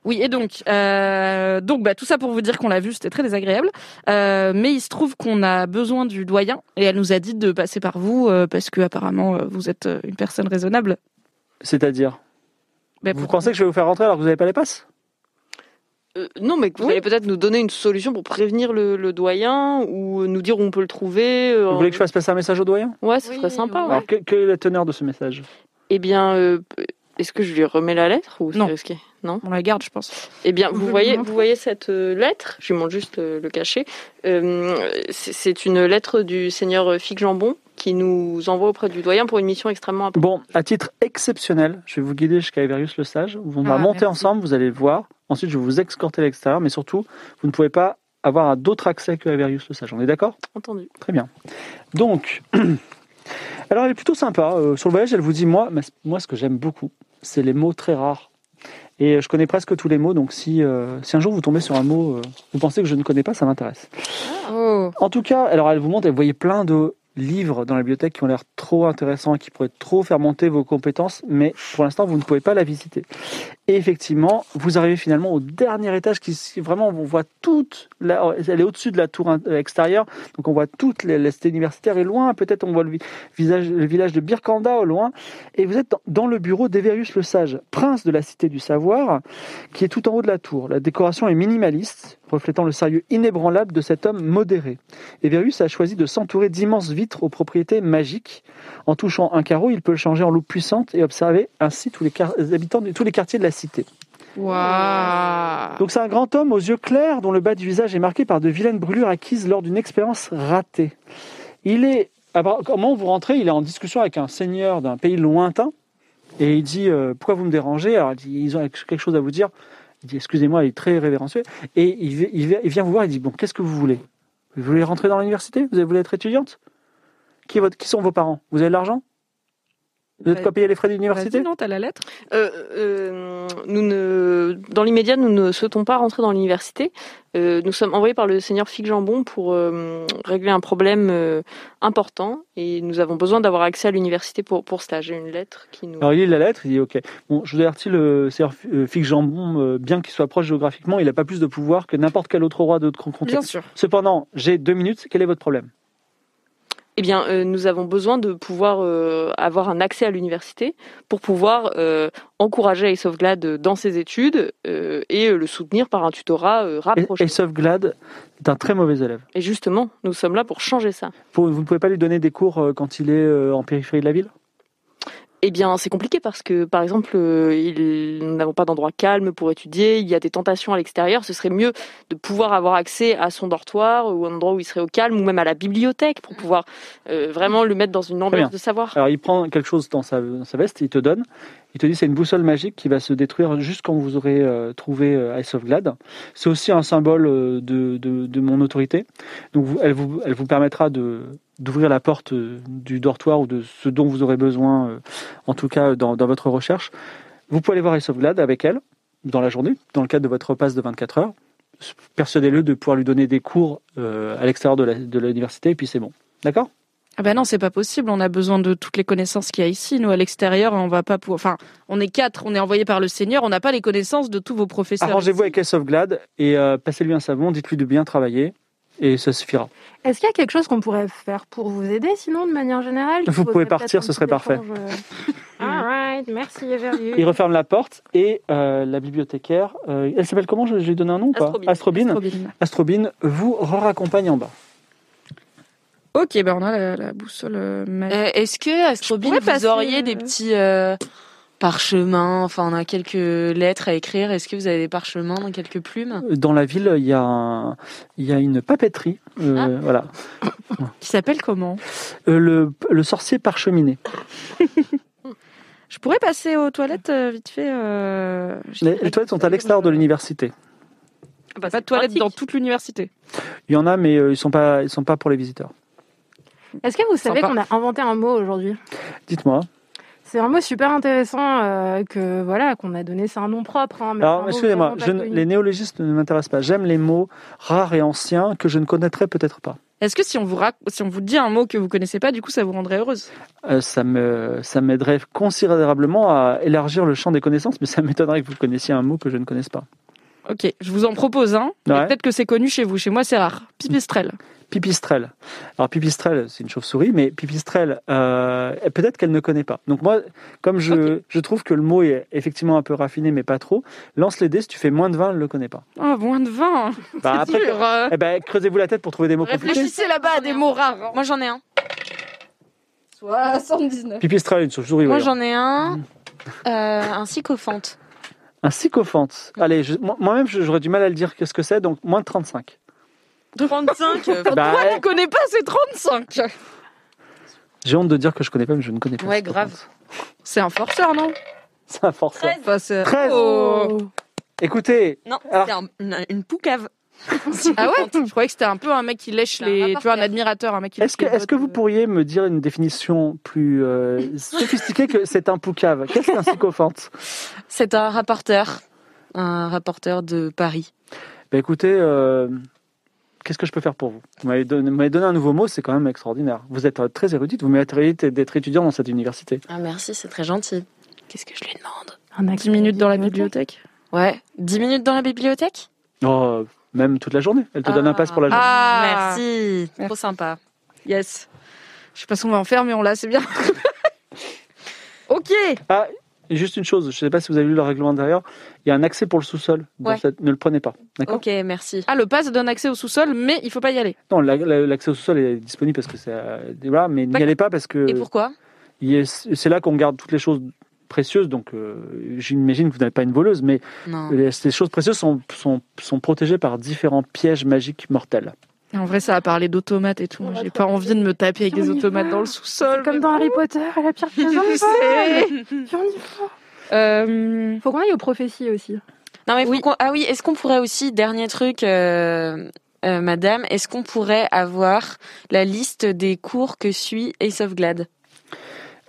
D: Oui, et donc, euh, donc bah, tout ça pour vous dire qu'on l'a vue, c'était très désagréable. Euh, mais il se trouve qu'on a besoin du doyen, et elle nous a dit de passer par vous, euh, parce que apparemment euh, vous êtes euh, une personne raisonnable.
B: C'est-à-dire,
D: Bah,
B: vous
D: pour-
B: pensez que je vais vous faire rentrer alors que vous n'avez pas les passes
F: Euh, non, mais que vous
D: Oui.
F: allez peut-être nous donner une solution pour prévenir le, le doyen ou nous dire où on peut le trouver. euh,
B: Vous voulez que je fasse passer un message au doyen
F: Ouais, ce
D: Oui,
F: serait sympa.
D: oui.
F: ouais.
B: Alors, que- quelle est la teneur de ce message
F: Eh bien, euh, est-ce que je lui remets la lettre ou c'est
D: Non.
F: risqué Non.
D: On la garde, je pense.
F: Eh bien,
C: Vous
F: vous
C: pouvez lui
F: voyez,
C: montrer.
F: vous voyez cette euh, lettre. Je lui montre juste euh, le cachet. Euh, c'est- c'est une lettre du seigneur euh, Fig Jambon qui nous envoie auprès du doyen pour une mission extrêmement importante.
B: Bon, à titre exceptionnel, je vais vous guider jusqu'à Everius le Sage. On va
D: Ah,
B: monter
D: merci.
B: ensemble, vous allez le voir. Ensuite, je vais vous escorter à l'extérieur, mais surtout, vous ne pouvez pas avoir d'autres accès que Everius le Sage. On est d'accord
F: Entendu.
B: Très bien. Donc, alors elle est plutôt sympa. Euh, sur le voyage, elle vous dit moi, ma- moi ce que j'aime beaucoup, c'est les mots très rares. Et euh, je connais presque tous les mots, donc si, euh, si un jour vous tombez sur un mot, euh, vous pensez que je ne connais pas, ça m'intéresse.
D: Oh.
B: En tout cas, alors elle vous montre, elle voyait plein de livres dans la bibliothèque qui ont l'air trop intéressants, qui pourraient trop faire monter vos compétences, mais pour l'instant, vous ne pouvez pas la visiter. Et effectivement, vous arrivez finalement au dernier étage qui si vraiment on voit toute la, elle est au-dessus de la tour in- euh, extérieure, donc on voit toute la- la cité universitaire et loin, peut-être on voit le, vi- visage, le village de Birkanda au loin, et vous êtes dans, dans le bureau d'Everius le Sage, prince de la cité du savoir, qui est tout en haut de la tour. La décoration est minimaliste, reflétant le sérieux inébranlable de cet homme modéré. Everius a choisi de s'entourer d'immenses vitres aux propriétés magiques. En touchant un carreau, il peut le changer en loupe puissante et observer ainsi tous les, quar- les habitants de tous les quartiers de la cité.
E: Ah.
D: Waouh.
B: Donc c'est un grand homme aux yeux clairs dont le bas du visage est marqué par de vilaines brûlures acquises lors d'une expérience ratée. Il est, à part- comment vous rentrez Il est en discussion avec un seigneur d'un pays lointain et il dit euh, pourquoi vous me dérangez Alors il dit, ils ont quelque chose à vous dire. Il dit excusez-moi, il est très révérencieux et il, vi- il vi- il vient vous voir. Il dit bon qu'est-ce que vous voulez Vous voulez rentrer dans l'université Vous voulez être étudiante qui, est votre- qui sont vos parents Vous avez de l'argent Vous êtes quoi payer les frais d'université
D: Vas-y, non, t'as la lettre.
F: Euh, euh, nous ne, dans l'immédiat, nous ne souhaitons pas rentrer dans l'université. Euh, nous sommes envoyés par le seigneur Fig Jambon pour euh, régler un problème euh, important et nous avons besoin d'avoir accès à l'université pour, pour cela. J'ai une lettre qui nous.
B: Alors il lit la lettre, il dit ok. Bon, je vous avertis, le seigneur F- euh, Fix Jambon, euh, bien qu'il soit proche géographiquement, il n'a pas plus de pouvoir que n'importe quel autre roi d'autre
D: Bien
B: contexte.
D: sûr.
B: Cependant, j'ai deux minutes, quel est votre problème
F: Eh bien, euh, nous avons besoin de pouvoir euh, avoir un accès à l'université pour pouvoir euh, encourager Ace of Glad euh, dans ses études euh, et euh, le soutenir par un tutorat euh, rapproché.
B: Et Glad est un très mauvais élève.
F: Et justement, nous sommes là pour changer ça.
B: Vous, vous ne pouvez pas lui donner des cours euh, quand il est euh, en périphérie de la ville
F: Eh bien, c'est compliqué parce que, par exemple, euh, il- nous n'avons pas d'endroit calme pour étudier, il y a des tentations à l'extérieur, ce serait mieux de pouvoir avoir accès à son dortoir ou un endroit où il serait au calme ou même à la bibliothèque pour pouvoir euh, vraiment le mettre dans une
B: bien.
F: ambiance de
D: Ah,
F: savoir.
B: Alors il prend quelque chose dans sa, dans sa veste, il te donne, il te dit c'est une boussole magique qui va se détruire juste quand vous aurez euh, trouvé euh, Ice of Glad. C'est aussi un symbole euh, de, de- de mon autorité. Donc vous- elle, vous, elle vous permettra de d'ouvrir la porte euh, du dortoir ou de ce dont vous aurez besoin, euh, en tout cas dans, dans votre recherche. Vous pouvez aller voir Ice of Glad avec elle dans la journée, dans le cadre de votre repasse de 24 heures. Persuadez-le de pouvoir lui donner des cours euh, à l'extérieur de la- de l'université et puis c'est bon. D'accord
D: Ah bah non, c'est pas possible. On a besoin de toutes les connaissances qu'il y a ici. Nous, à l'extérieur, on va pas pouvoir. Enfin, on est quatre, on est envoyé par le Seigneur. On n'a pas les connaissances de tous vos professeurs.
B: Arrangez-vous
D: ici.
B: avec Ace of Glad et euh, passez-lui un savon, dites-lui de bien travailler et ça suffira.
C: Est-ce qu'il y a quelque chose qu'on pourrait faire pour vous aider, sinon, de manière générale
B: Vous
C: qu'il faudrait
B: pouvez partir,
C: peut-être un
B: ce serait
C: petit
B: parfait.
C: échange, euh. All right, merci Everius.
B: Il referme la porte et euh, la bibliothécaire, euh, elle s'appelle comment Je je lui ai donné un nom ou pas Astrobine.
F: Astrobine.
D: Trop bien.
B: Astrobine vous raccompagne en bas.
D: Ok, ben on a la, la boussole euh, magique.
E: Euh, Est-ce que
D: Je
E: Astrobine,
D: pourrais
E: vous
D: passer,
E: auriez
D: euh,
E: des petits, euh, parchemins, enfin on a quelques lettres à écrire. Est-ce que vous avez des parchemins, quelques plumes
B: Dans la ville, il y a, un- il y a une papeterie. euh, Voilà.
D: Qui s'appelle comment
B: Euh, le, le sorcier parcheminé.
D: Je pourrais passer aux toilettes euh, vite fait. euh, j'ai-
B: Les, les toilettes sont à l'extérieur de l'université.
E: Ah bah,
D: Pas de toilettes dans toute l'université.
B: Il y en a, mais euh, ils sont pas, ils sont pas pour les visiteurs.
C: Est-ce que vous savez
D: Sympa.
C: qu'on a inventé un mot aujourd'hui
B: Dites-moi.
C: C'est un mot super intéressant euh, que voilà qu'on a donné. C'est un nom propre. hein, mais c'est un
B: Alors,
C: mot
B: excusez-moi,
C: vraiment pas
B: je ne-
C: connu.
B: les néologistes ne m'intéressent pas. J'aime les mots rares et anciens que je ne connaîtrais peut-être pas.
D: Est-ce que si on, vous rac- si on vous dit un mot que vous connaissez pas, du coup, ça vous rendrait heureuse
B: Euh, ça me, ça m'aiderait considérablement à élargir le champ des connaissances, mais ça m'étonnerait que vous connaissiez un mot que je ne connaisse pas.
D: Ok, je vous en propose un. mais
B: Ouais.
D: Peut-être que c'est connu chez vous. Chez moi, c'est rare. Pipistrelle.
B: Pipistrelle. Alors pipistrelle, c'est une chauve-souris, mais pipistrelle, euh, peut-être qu'elle ne connaît pas. Donc moi, comme je, je trouve que le mot est effectivement un peu raffiné, mais pas trop, lance les dés, si tu fais moins de 20, elle ne le connaît pas.
D: Oh, moins de 20
B: Bah,
D: C'est dur euh.
B: eh ben, creusez-vous la tête pour trouver des mots compliqués.
D: Réfléchissez là-bas à des mots rares. hein.
E: Moi j'en ai un.
D: 79.
B: Pipistrelle, une chauve-souris,
E: Moi
B: voyons.
E: j'en ai un. Euh, un sycophante.
B: Un sycophante. Allez, je- moi- moi-même, je- j'aurais du mal à le dire qu'est-ce que c'est, donc moins de 35.
E: 35 euh,
B: Bah,
D: Toi, tu connais pas, c'est 35
B: j'ai honte de dire que je connais pas, mais je ne connais pas.
E: Ouais,
B: sycophante.
E: grave.
D: C'est un forceur, non
B: C'est un forceur.
D: Enfin, c'est-
B: 13.
D: Oh.
B: Écoutez,
E: Non,
B: Alors-
E: c'est un- une, une poucave.
D: Ah ouais Je croyais que c'était un peu un mec qui lèche
E: C'est un
D: les...
E: rapport
D: Tu vois, un
E: clair.
D: admirateur, un mec qui
B: est-ce que,
D: lèche les
B: est que vous
D: bottes, euh.
B: pourriez me dire une définition plus euh, sophistiquée que c'est un poucave Qu'est-ce qu'un sycophante
E: C'est un rapporteur. Un rapporteur de Paris.
B: Bah, Écoutez, euh, qu'est-ce que je peux faire pour vous Vous m'avez donné, vous m'avez donné un nouveau mot, c'est quand même extraordinaire. Vous êtes euh, très érudite, vous méritez d'être étudiant dans cette université.
E: Ah merci, c'est très gentil. Qu'est-ce que je lui demande
C: Un acte
D: 10 minutes dans la
C: bibliothèque.
D: bibliothèque
E: Ouais, 10 minutes dans la bibliothèque
B: Oh, même toute la journée. Elle te donne un pass pour la journée.
D: Ah.
E: Merci, trop sympa.
D: euh, Yes. Je sais pas ce qu'on va en faire, mais on l'a, c'est bien. ok.
B: Et Juste une chose, je ne sais pas si vous avez lu le règlement derrière, il y a un accès pour le sous-sol. dans
E: Ouais.
B: cette- Ne le prenez pas. D'accord
E: Ok, merci.
D: Ah, le pass donne accès au sous-sol, mais il faut pas y aller.
B: Non, la- la- l'accès au sous-sol est disponible parce que c'est. euh, voilà, mais n'y
E: D'accord.
B: allez pas parce que
E: Et pourquoi
B: il est- c'est là qu'on garde toutes les choses précieuses. Donc, euh, j'imagine que vous n'êtes pas une voleuse, mais
E: Non.
B: les- ces choses précieuses sont, sont, sont protégées par différents pièges magiques mortels.
D: Et en vrai, ça a parlé d'automates et tout. Moi, J'ai pas envie de me taper avec des
C: On y
D: automates
C: va.
D: dans le sous-sol.
C: Comme dans Harry Potter, à la pierre
D: C'est-
C: philosophale. Puis on y va.
D: Euh,
C: Faut qu'on aille aux prophéties aussi.
E: Non mais faut qu'on- ah oui, est-ce qu'on pourrait aussi dernier truc, euh, euh, Madame, est-ce qu'on pourrait avoir la liste des cours que suit Ace of Glad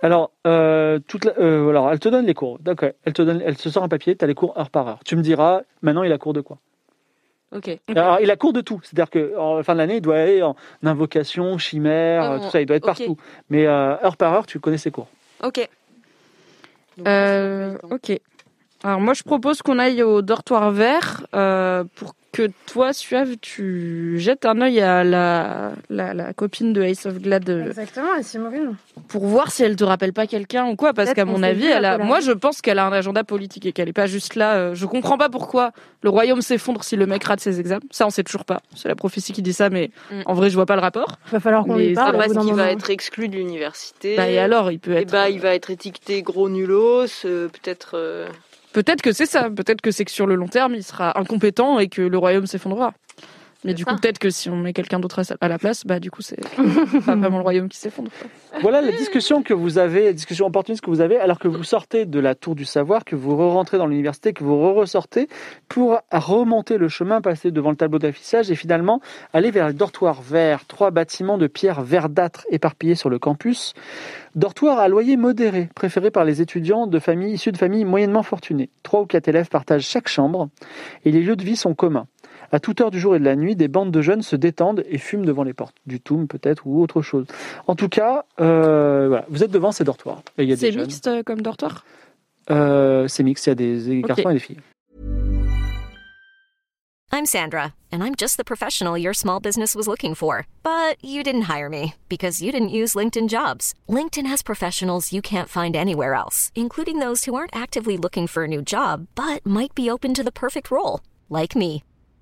B: Alors, euh, toute la- euh, alors, elle te donne les cours. D'accord. Elle te donne, elle se sort un papier. Tu as les cours heure par heure. Tu me diras maintenant il a cours de quoi.
E: Ok.
B: Alors, il a cours de tout. C'est-à-dire que en la fin de l'année, il doit aller en invocation, chimère,
E: Ah,
B: euh,
E: bon,
B: tout ça. Il doit être
E: ok.
B: partout. Mais euh, heure par heure, tu connais ses cours.
E: Ok.
D: euh, ok. Alors moi, je propose qu'on aille au dortoir vert euh, pour que toi, Suave, tu jettes un œil à la, la, la copine de Ace of Glad euh,
C: Exactement, et Simone.
D: pour voir si elle te rappelle pas quelqu'un ou quoi. Parce
C: Peut-être
D: qu'à
C: qu'on
D: mon
C: s'est
D: avis,
C: vu
D: elle
C: à
D: a.
C: Polaris.
D: Moi, je pense qu'elle a un agenda politique et qu'elle est pas juste là. euh, Je comprends pas pourquoi le royaume s'effondre si le mec rate ses examens. Ça, on sait toujours pas. C'est la prophétie qui dit ça, mais
E: Mm.
D: en vrai, je vois pas le rapport.
C: Va falloir qu'on
D: Mais
C: lui
D: ça
C: parle. au
D: va,
C: bout
F: parce
C: d'un
F: qu'il va
C: moment.
F: être exclu de l'université.
D: Bah, et alors, il peut
F: Eh
D: être.
F: ben, il va être étiqueté gros nulos, euh, peut-être. euh,
D: Peut-être que c'est ça. Peut-être que c'est que sur le long terme, il sera incompétent et que le royaume s'effondrera. Mais
F: C'est
D: du
F: ça.
D: coup, peut-être que si on met quelqu'un d'autre à sa- à la place, bah du coup, c'est pas vraiment le royaume qui s'effondre. quoi.
B: Voilà la discussion que vous avez, la discussion opportuniste que vous avez, alors que vous sortez de la tour du savoir, que vous re-rentrez dans l'université, que vous re-ressortez pour remonter le chemin, passer devant le tableau d'affichage et finalement aller vers le dortoir vert, trois bâtiments de pierre verdâtre éparpillés sur le campus. Dortoir à loyer modéré, préféré par les étudiants de familles issues de familles moyennement fortunées. Trois ou quatre élèves partagent chaque chambre et les lieux de vie sont communs. À toute heure du jour et de la nuit, des bandes de jeunes se détendent et fument devant les portes, du toum peut-être ou autre chose. En tout cas, euh, voilà, vous êtes devant ces dortoirs. Et il y a des
D: C'est
B: jeunes.
D: mixte euh, comme dortoir.
B: Euh, C'est mixte, il y a des garçons et des filles.
G: I'm Sandra, and I'm just the professional your small business was looking for. But you didn't hire me because you didn't use LinkedIn jobs. LinkedIn has professionals you can't find anywhere else, including those who aren't actively looking for a new job but might be open to the perfect role, like me.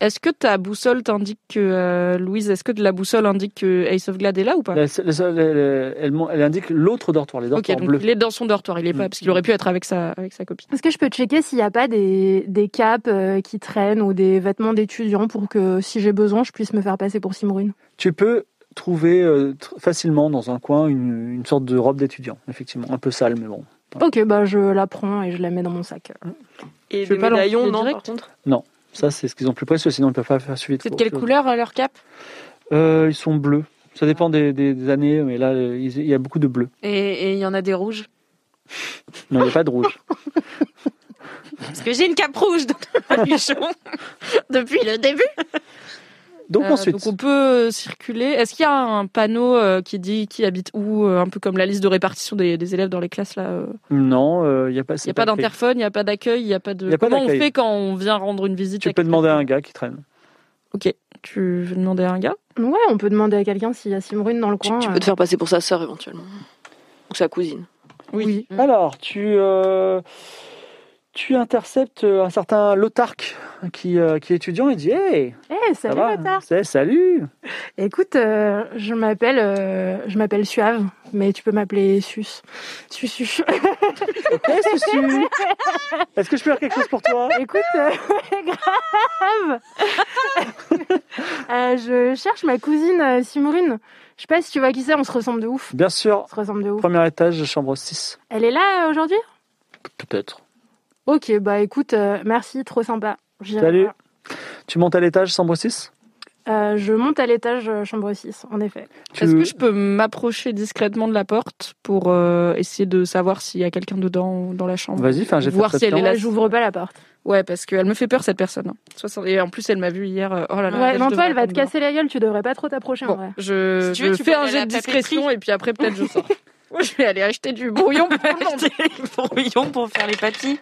D: Est-ce que ta boussole t'indique que euh, Louise, est-ce que de la boussole indique que Ace of Glad est là ou pas
B: La- la- la- la- elle, mon- elle indique l'autre dortoir, les
D: Ok,
B: dortoirs
D: donc
B: bleus.
D: il est dans son dortoir, il est pas,
B: Mm.
D: parce qu'il aurait pu être avec sa, avec sa copine.
C: Est-ce que je peux checker s'il n'y a pas des, des capes euh, qui traînent ou des vêtements d'étudiants pour que si j'ai besoin, je puisse me faire passer pour Simrune
B: Tu peux trouver euh, tr- facilement dans un coin une, une sorte de robe d'étudiant, effectivement. Un peu sale, mais bon.
C: Ok, bah je la prends et je la mets dans mon sac.
F: Et
D: Tu veux
F: des
D: pas
F: médaillons,
D: l'enfiler
F: non,
D: direct
F: par contre
B: Ça, c'est ce qu'ils ont de plus précieux, sinon ils ne peuvent pas faire suivi.
D: C'est de quelle couleur euh, leur cape
B: Euh, Ils sont bleus. Ça dépend
D: Ah.
B: des, des- des années, mais là, euh, ils- il y a beaucoup de bleus.
E: Et et il y en a des rouges.
B: Non, il n'y a pas de rouge.
E: Parce que j'ai une cape rouge dans le baluchon depuis le début.
B: Donc
D: Euh,
B: ensuite,
D: donc on peut euh, circuler. Est-ce qu'il y a un panneau euh, qui dit qui habite où, euh, un peu comme la liste de répartition des, des élèves dans les classes là euh
B: non, euh, il n'y a pas,
D: Il n'y a pas
B: fait.
D: d'interphone, il n'y a pas d'accueil, il n'y a pas de.
B: Il y a pas
D: Comment on
B: d'accueil.
D: fait quand on vient rendre une visite
B: Tu
D: à
B: peux
D: quelqu'un
B: demander à un gars qui traîne.
D: Tu veux demander à un gars
C: Ouais, on peut demander à quelqu'un s'il y a Simrune dans le
F: tu,
C: coin.
F: tu
C: euh.
F: peux te faire passer pour sa sœur éventuellement. Ou sa cousine.
D: Oui.
E: Mm.
B: Alors, tu, euh, tu interceptes un certain Lotark qui, euh, qui est étudiant et dit Hey,
C: Eh,
B: ça
C: salut
B: va
C: Lothar.
B: C'est- Salut
C: Écoute, euh, je m'appelle euh, je m'appelle Suave, mais tu peux m'appeler Sus. Sus, Sus.
B: Ok, Susu Est-ce que je peux faire quelque chose pour toi
C: Écoute, euh, grave. Euh, je cherche ma cousine euh, Simrune. Je sais pas si tu vois qui c'est, on se ressemble de ouf.
B: Bien sûr,
C: On se ressemble de ouf.
B: premier étage, chambre 6.
C: Elle est là euh, aujourd'hui
B: Peut-être.
C: Ok, bah écoute, euh, merci, trop sympa. J'irai
B: Salut.
C: voir.
B: Tu montes à l'étage, chambre 6
C: Euh, je monte à l'étage euh, chambre 6, en effet.
B: tu...
D: Est-ce que je peux m'approcher discrètement de la porte pour euh, essayer de savoir s'il y a quelqu'un dedans dans la chambre
B: Vas-y, fais un jet de
D: Voir si elle est
C: Et
B: perception.
D: là,
C: là, j'ouvre pas la porte.
D: Ouais, parce qu'elle me fait peur cette personne. hein. 60 Et en plus, elle m'a vu hier. euh, Oh là là.
C: ouais,
D: je
C: non, toi,
D: devrais
C: elle va te
D: attendre dehors.
C: casser la gueule, tu devrais pas trop t'approcher en
D: Bon,
C: vrai.
D: je,
E: Si tu veux,
D: je
E: tu
D: fais
E: peux
D: un
E: aller
D: jet
E: à
D: de
E: la papeterie.
D: discrétion et puis après peut-être je sors. Moi, je vais aller acheter du brouillon pour le monde.
E: Brouillon pour faire les pâtis.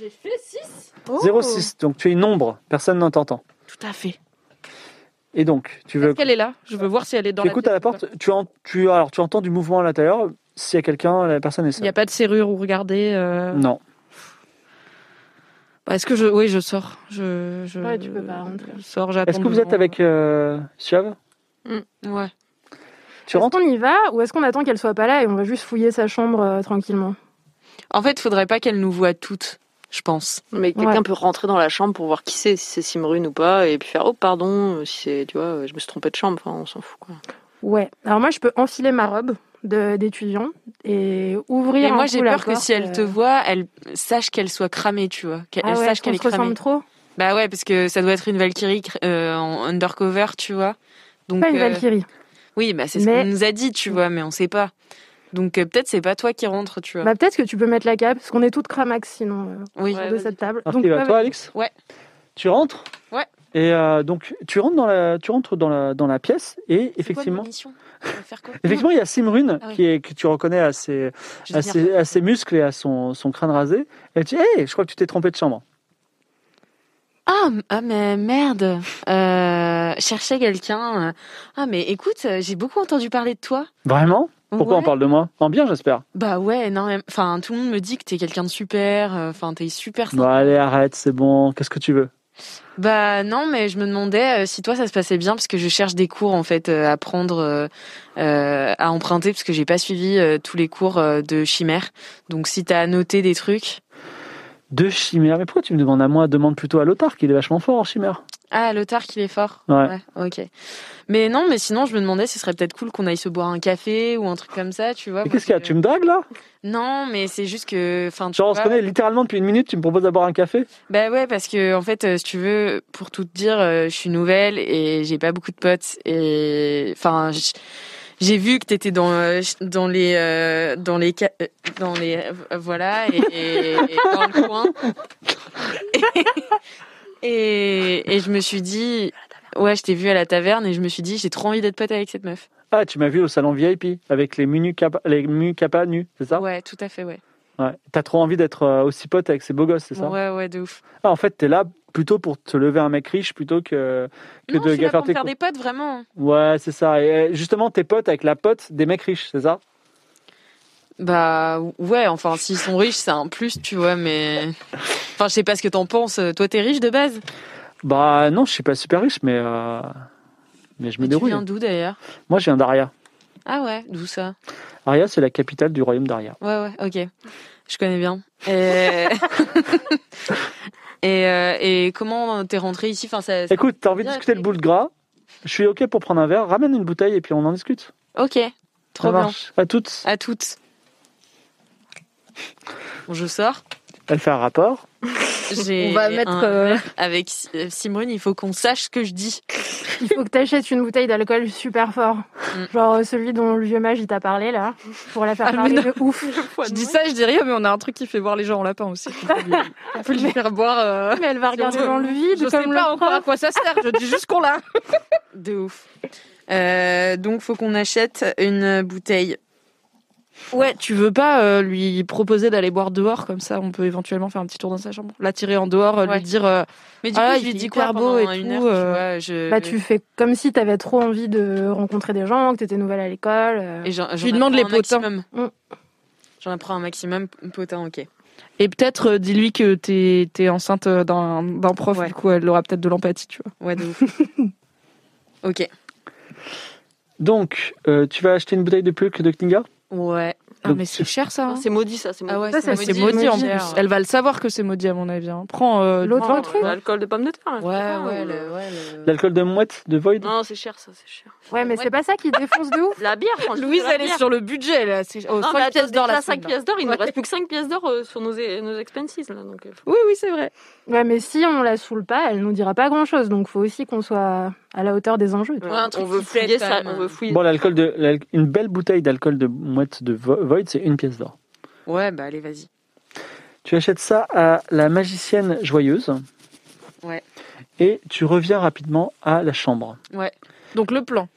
D: J'ai fait 6
B: 06, donc tu es une ombre, personne ne t'entend.
D: Tout à fait.
B: Et donc, tu
D: Est-ce
B: veux.
D: qu'elle est là Je veux voir si elle est dans
B: Tu
D: la
B: écoutes à la porte, tu, en- tu, alors, tu entends du mouvement à l'intérieur, s'il y a quelqu'un, la personne est
D: Il n'y
B: seule.
D: a pas de serrure ou regarder. euh,
B: Non.
D: bah, Est-ce que je. Oui, je sors. Je, je...
C: Ouais, tu peux pas rentrer.
D: Je sors, j'attends.
B: Est-ce que vous
D: devant.
B: êtes avec euh, Suave
E: Mm, Ouais.
B: Tu
C: est-ce
B: rentres
C: qu'on y va ou est-ce qu'on attend qu'elle soit pas là et on va juste fouiller sa chambre euh, tranquillement
E: En fait, faudrait pas qu'elle nous voit toutes, je pense.
F: Mais quelqu'un
C: Ouais.
F: peut rentrer dans la chambre pour voir qui c'est, si c'est Simrune ou pas, et puis faire oh pardon, euh, si c'est, tu vois, euh, je me suis trompé de chambre, enfin on s'en fout quoi.
C: Ouais. Alors moi, je peux enfiler ma robe de- d'étudiant et ouvrir.
E: Et moi,
C: un
E: j'ai
C: coup la
E: peur que
C: porte,
E: si elle te
C: euh,
E: voit, elle sache qu'elle soit cramée, tu vois. Qu'elle
C: ah
E: elle
C: ouais,
E: sache
C: qu'on
E: qu'elle est
C: se ressemble
E: cramée.
C: trop.
E: Bah ouais, parce que ça doit être une Valkyrie cr- euh, en undercover, tu vois. Donc,
C: Pas une
E: euh,
C: Valkyrie.
E: oui, bah c'est ce
C: Mais-
E: qu'on nous a dit, tu vois, mais on sait pas. Donc euh, peut-être c'est pas toi qui rentre, tu vois.
C: Bah peut-être que tu peux mettre la cape parce qu'on est toutes cramax sinon euh,
E: oui. bah,
F: Ouais,
C: de
F: vas-y.
C: cette table.
B: Alors, qui va
C: ouais,
B: euh, toi, Alex
E: Ouais.
B: Tu rentres
E: Ouais.
B: Et euh, donc, tu rentres dans la, tu rentres dans la, dans la pièce et effectivement, effectivement, Ah, il y a Simrune
E: Ah oui.
B: qui est, que tu reconnais à ses, à ses, à ses muscles et à son, son crâne rasé. Elle dit, hey, je crois que tu t'es trompé de chambre.
E: Ah, m- ah, mais merde. Euh, cherchais quelqu'un. euh. Ah mais écoute, euh, j'ai beaucoup entendu parler de toi.
B: Vraiment Pourquoi
E: Ouais.
B: on parle de moi En bien, j'espère.
E: Bah ouais, non, mais- enfin tout le monde me dit que t'es quelqu'un de super. euh, Enfin t'es super.
B: Bon, allez, arrête, c'est bon. Qu'est-ce que tu veux
E: Bah non, mais je me demandais euh, si toi ça se passait bien parce que je cherche des cours en fait euh, à prendre, euh, euh, à emprunter parce que j'ai pas suivi euh, tous les cours euh, de chimère. Donc si t'as noté des trucs.
B: Deux chimères. Mais pourquoi tu me demandes à moi Demande plutôt à Lothar, qui est vachement fort en chimère.
E: Ah, l'otard qu'il est fort.
B: Ouais.
E: Ok. Mais non, mais sinon, je me demandais, ce serait peut-être cool qu'on aille se boire un café ou un truc comme ça, tu vois.
B: Mais qu'est-ce qu'il y a
E: parce
B: Tu me dragues là
E: que- Non, mais c'est juste que, enfin, tu
B: Genre, on se
E: vois-
B: connaît littéralement depuis une minute, tu me proposes d'abord un café
E: Bah ouais, parce que en fait, euh, si tu veux, pour tout te dire, euh, je suis nouvelle et j'ai pas beaucoup de potes et, enfin, j- j'ai vu que t'étais dans euh, ch- dans les euh, dans les ca- euh, dans les euh, voilà et, et- et dans le coin. Et, et je me suis dit, ouais, je t'ai vu à la taverne et je me suis dit, j'ai trop envie d'être pote avec cette meuf.
B: Ah, tu m'as vu au salon VIP avec les menus capa, les menus capa nus, c'est ça
E: Ouais, tout à fait, ouais.
B: Ouais. T'as trop envie d'être euh, aussi pote avec ces beaux gosses, c'est ça
E: Ouais, ouais, de ouf.
B: Ah, en fait, t'es là plutôt pour te lever un mec riche plutôt que, que
E: Non, je
B: de
E: suis là
B: faire
E: pour
B: tes
E: me faire
B: coups.
E: des potes, vraiment.
B: Ouais, c'est ça. Et euh, justement, t'es pote avec la pote des mecs riches, c'est ça
E: Bah ouais, enfin s'ils sont riches, c'est un plus, tu vois, mais enfin je sais pas ce que t'en penses. Toi t'es riche de base
B: Bah non, je suis pas super riche, mais, euh, mais je me
E: Mais Tu
B: débrouille.
E: viens d'où d'ailleurs
B: Moi, je viens d'Aria.
E: Ah ouais, d'où ça
B: Aria, c'est la capitale du royaume d'Aria.
E: Ouais ouais, ok, je connais bien. Et, et, euh, et comment t'es rentré ici Enfin ça. ça-
B: Écoute, t'as envie de
E: Bien,
B: discuter le boule de gras Je suis OK pour prendre un verre. Ramène une bouteille et puis on en discute.
E: Ok, trop
B: Ça
E: bien.
B: marche. À toutes.
E: À toutes. Bon, je sors.
B: Elle fait un rapport.
E: J'ai
D: On va mettre,
E: un
D: euh,
E: verre avec Si- euh, Simone. Il faut qu'on sache ce que je dis.
C: Il faut que t'achètes une bouteille d'alcool super fort.
E: Mm.
C: Genre euh, celui dont le vieux mage il t'a parlé là, pour la faire
D: Ah,
C: parler
D: mais non.
C: de ouf.
D: Je dis ça, je dis rien, mais on a un truc qui fait voir les gens en lapin aussi. On peut lui- On peut lui faire boire. euh,
C: Mais elle va regarder dans le vide
D: Je sais
C: comme
D: pas
C: le
D: encore à
C: prof.
D: quoi ça sert, je dis juste qu'on l'a.
E: De ouf. Euh, donc, faut qu'on achète une bouteille.
D: Ouais, tu veux pas euh, lui proposer d'aller boire dehors comme ça On peut éventuellement faire un petit tour dans sa chambre. L'attirer en dehors, euh,
E: Ouais.
D: lui dire euh,
E: Mais
D: Ah,
E: je
D: il
E: lui
D: fait
E: dis
D: hyper
E: quoi
D: beau et
E: pendant une
D: tout,
E: heure, tu
D: euh,
E: vois, je-
C: Bah tu fais comme si t'avais trop envie de rencontrer des gens, que t'étais nouvelle à l'école. euh.
E: Et j'en- j'en
D: lui demandes
E: apprends
D: les
E: un
D: potins.
E: maximum.
C: Mm.
E: J'en apprends un maximum potin, ok.
D: et peut-être euh, dis-lui que t'es es enceinte euh, d'un d'un prof.
E: Ouais.
D: Du coup, elle aura peut-être de l'empathie, tu vois.
E: Ouais, de ouf. ok.
B: Donc, euh, tu vas acheter une bouteille de plus que de Kninga
E: Ouais.
D: Ah,
B: Donc,
D: mais c'est cher ça. hein.
F: C'est maudit ça, c'est maudit.
E: Ah ouais,
C: Ça, ça,
E: c'est
D: C'est
C: c'est
D: maudit hein. en
C: maudit.
D: plus. Elle va le savoir que c'est maudit à mon avis. hein. Prends euh,
C: L'autre
D: prends-
F: Non,
C: truc
F: L'alcool de pomme de terre. hein,
E: Ouais, ouais,
F: ou-
E: le- ouais, le-
B: L'alcool de mouette, de Void
F: Non, c'est cher ça, c'est cher.
C: Ouais, mais
E: Ouais.
C: c'est pas ça qui défonce de ouf.
F: La bière, franchement.
D: Louise,
F: de la
D: elle est
F: bière.
D: sur le budget là. C'est oh,
F: Non,
D: cinq
F: mais attends,
D: pièces d'or la
F: déjà
D: semaine.
F: 5 pièces d'or, il
D: Ouais.
F: nous reste plus que 5 pièces d'or euh, sur nos, nos expenses là. Donc, euh, faut-
D: Oui, oui, c'est vrai.
C: Ouais, mais si on la saoule pas, elle nous dira pas grand chose. Donc faut aussi qu'on soit à la hauteur des enjeux. tu vois.
E: un truc
F: on veut
E: qui plaît,
F: fouiller
E: quand
F: ça,
E: même,
F: on
E: hein.
F: veut fouiller.
B: Bon, l'alcool de, l'al- une belle bouteille d'alcool de mouette de Vo- Void, c'est une pièce d'or.
E: ouais, bah allez, vas-y.
B: Tu achètes ça à la magicienne joyeuse.
E: Ouais.
B: Et tu reviens rapidement à la chambre.
D: Donc le plan,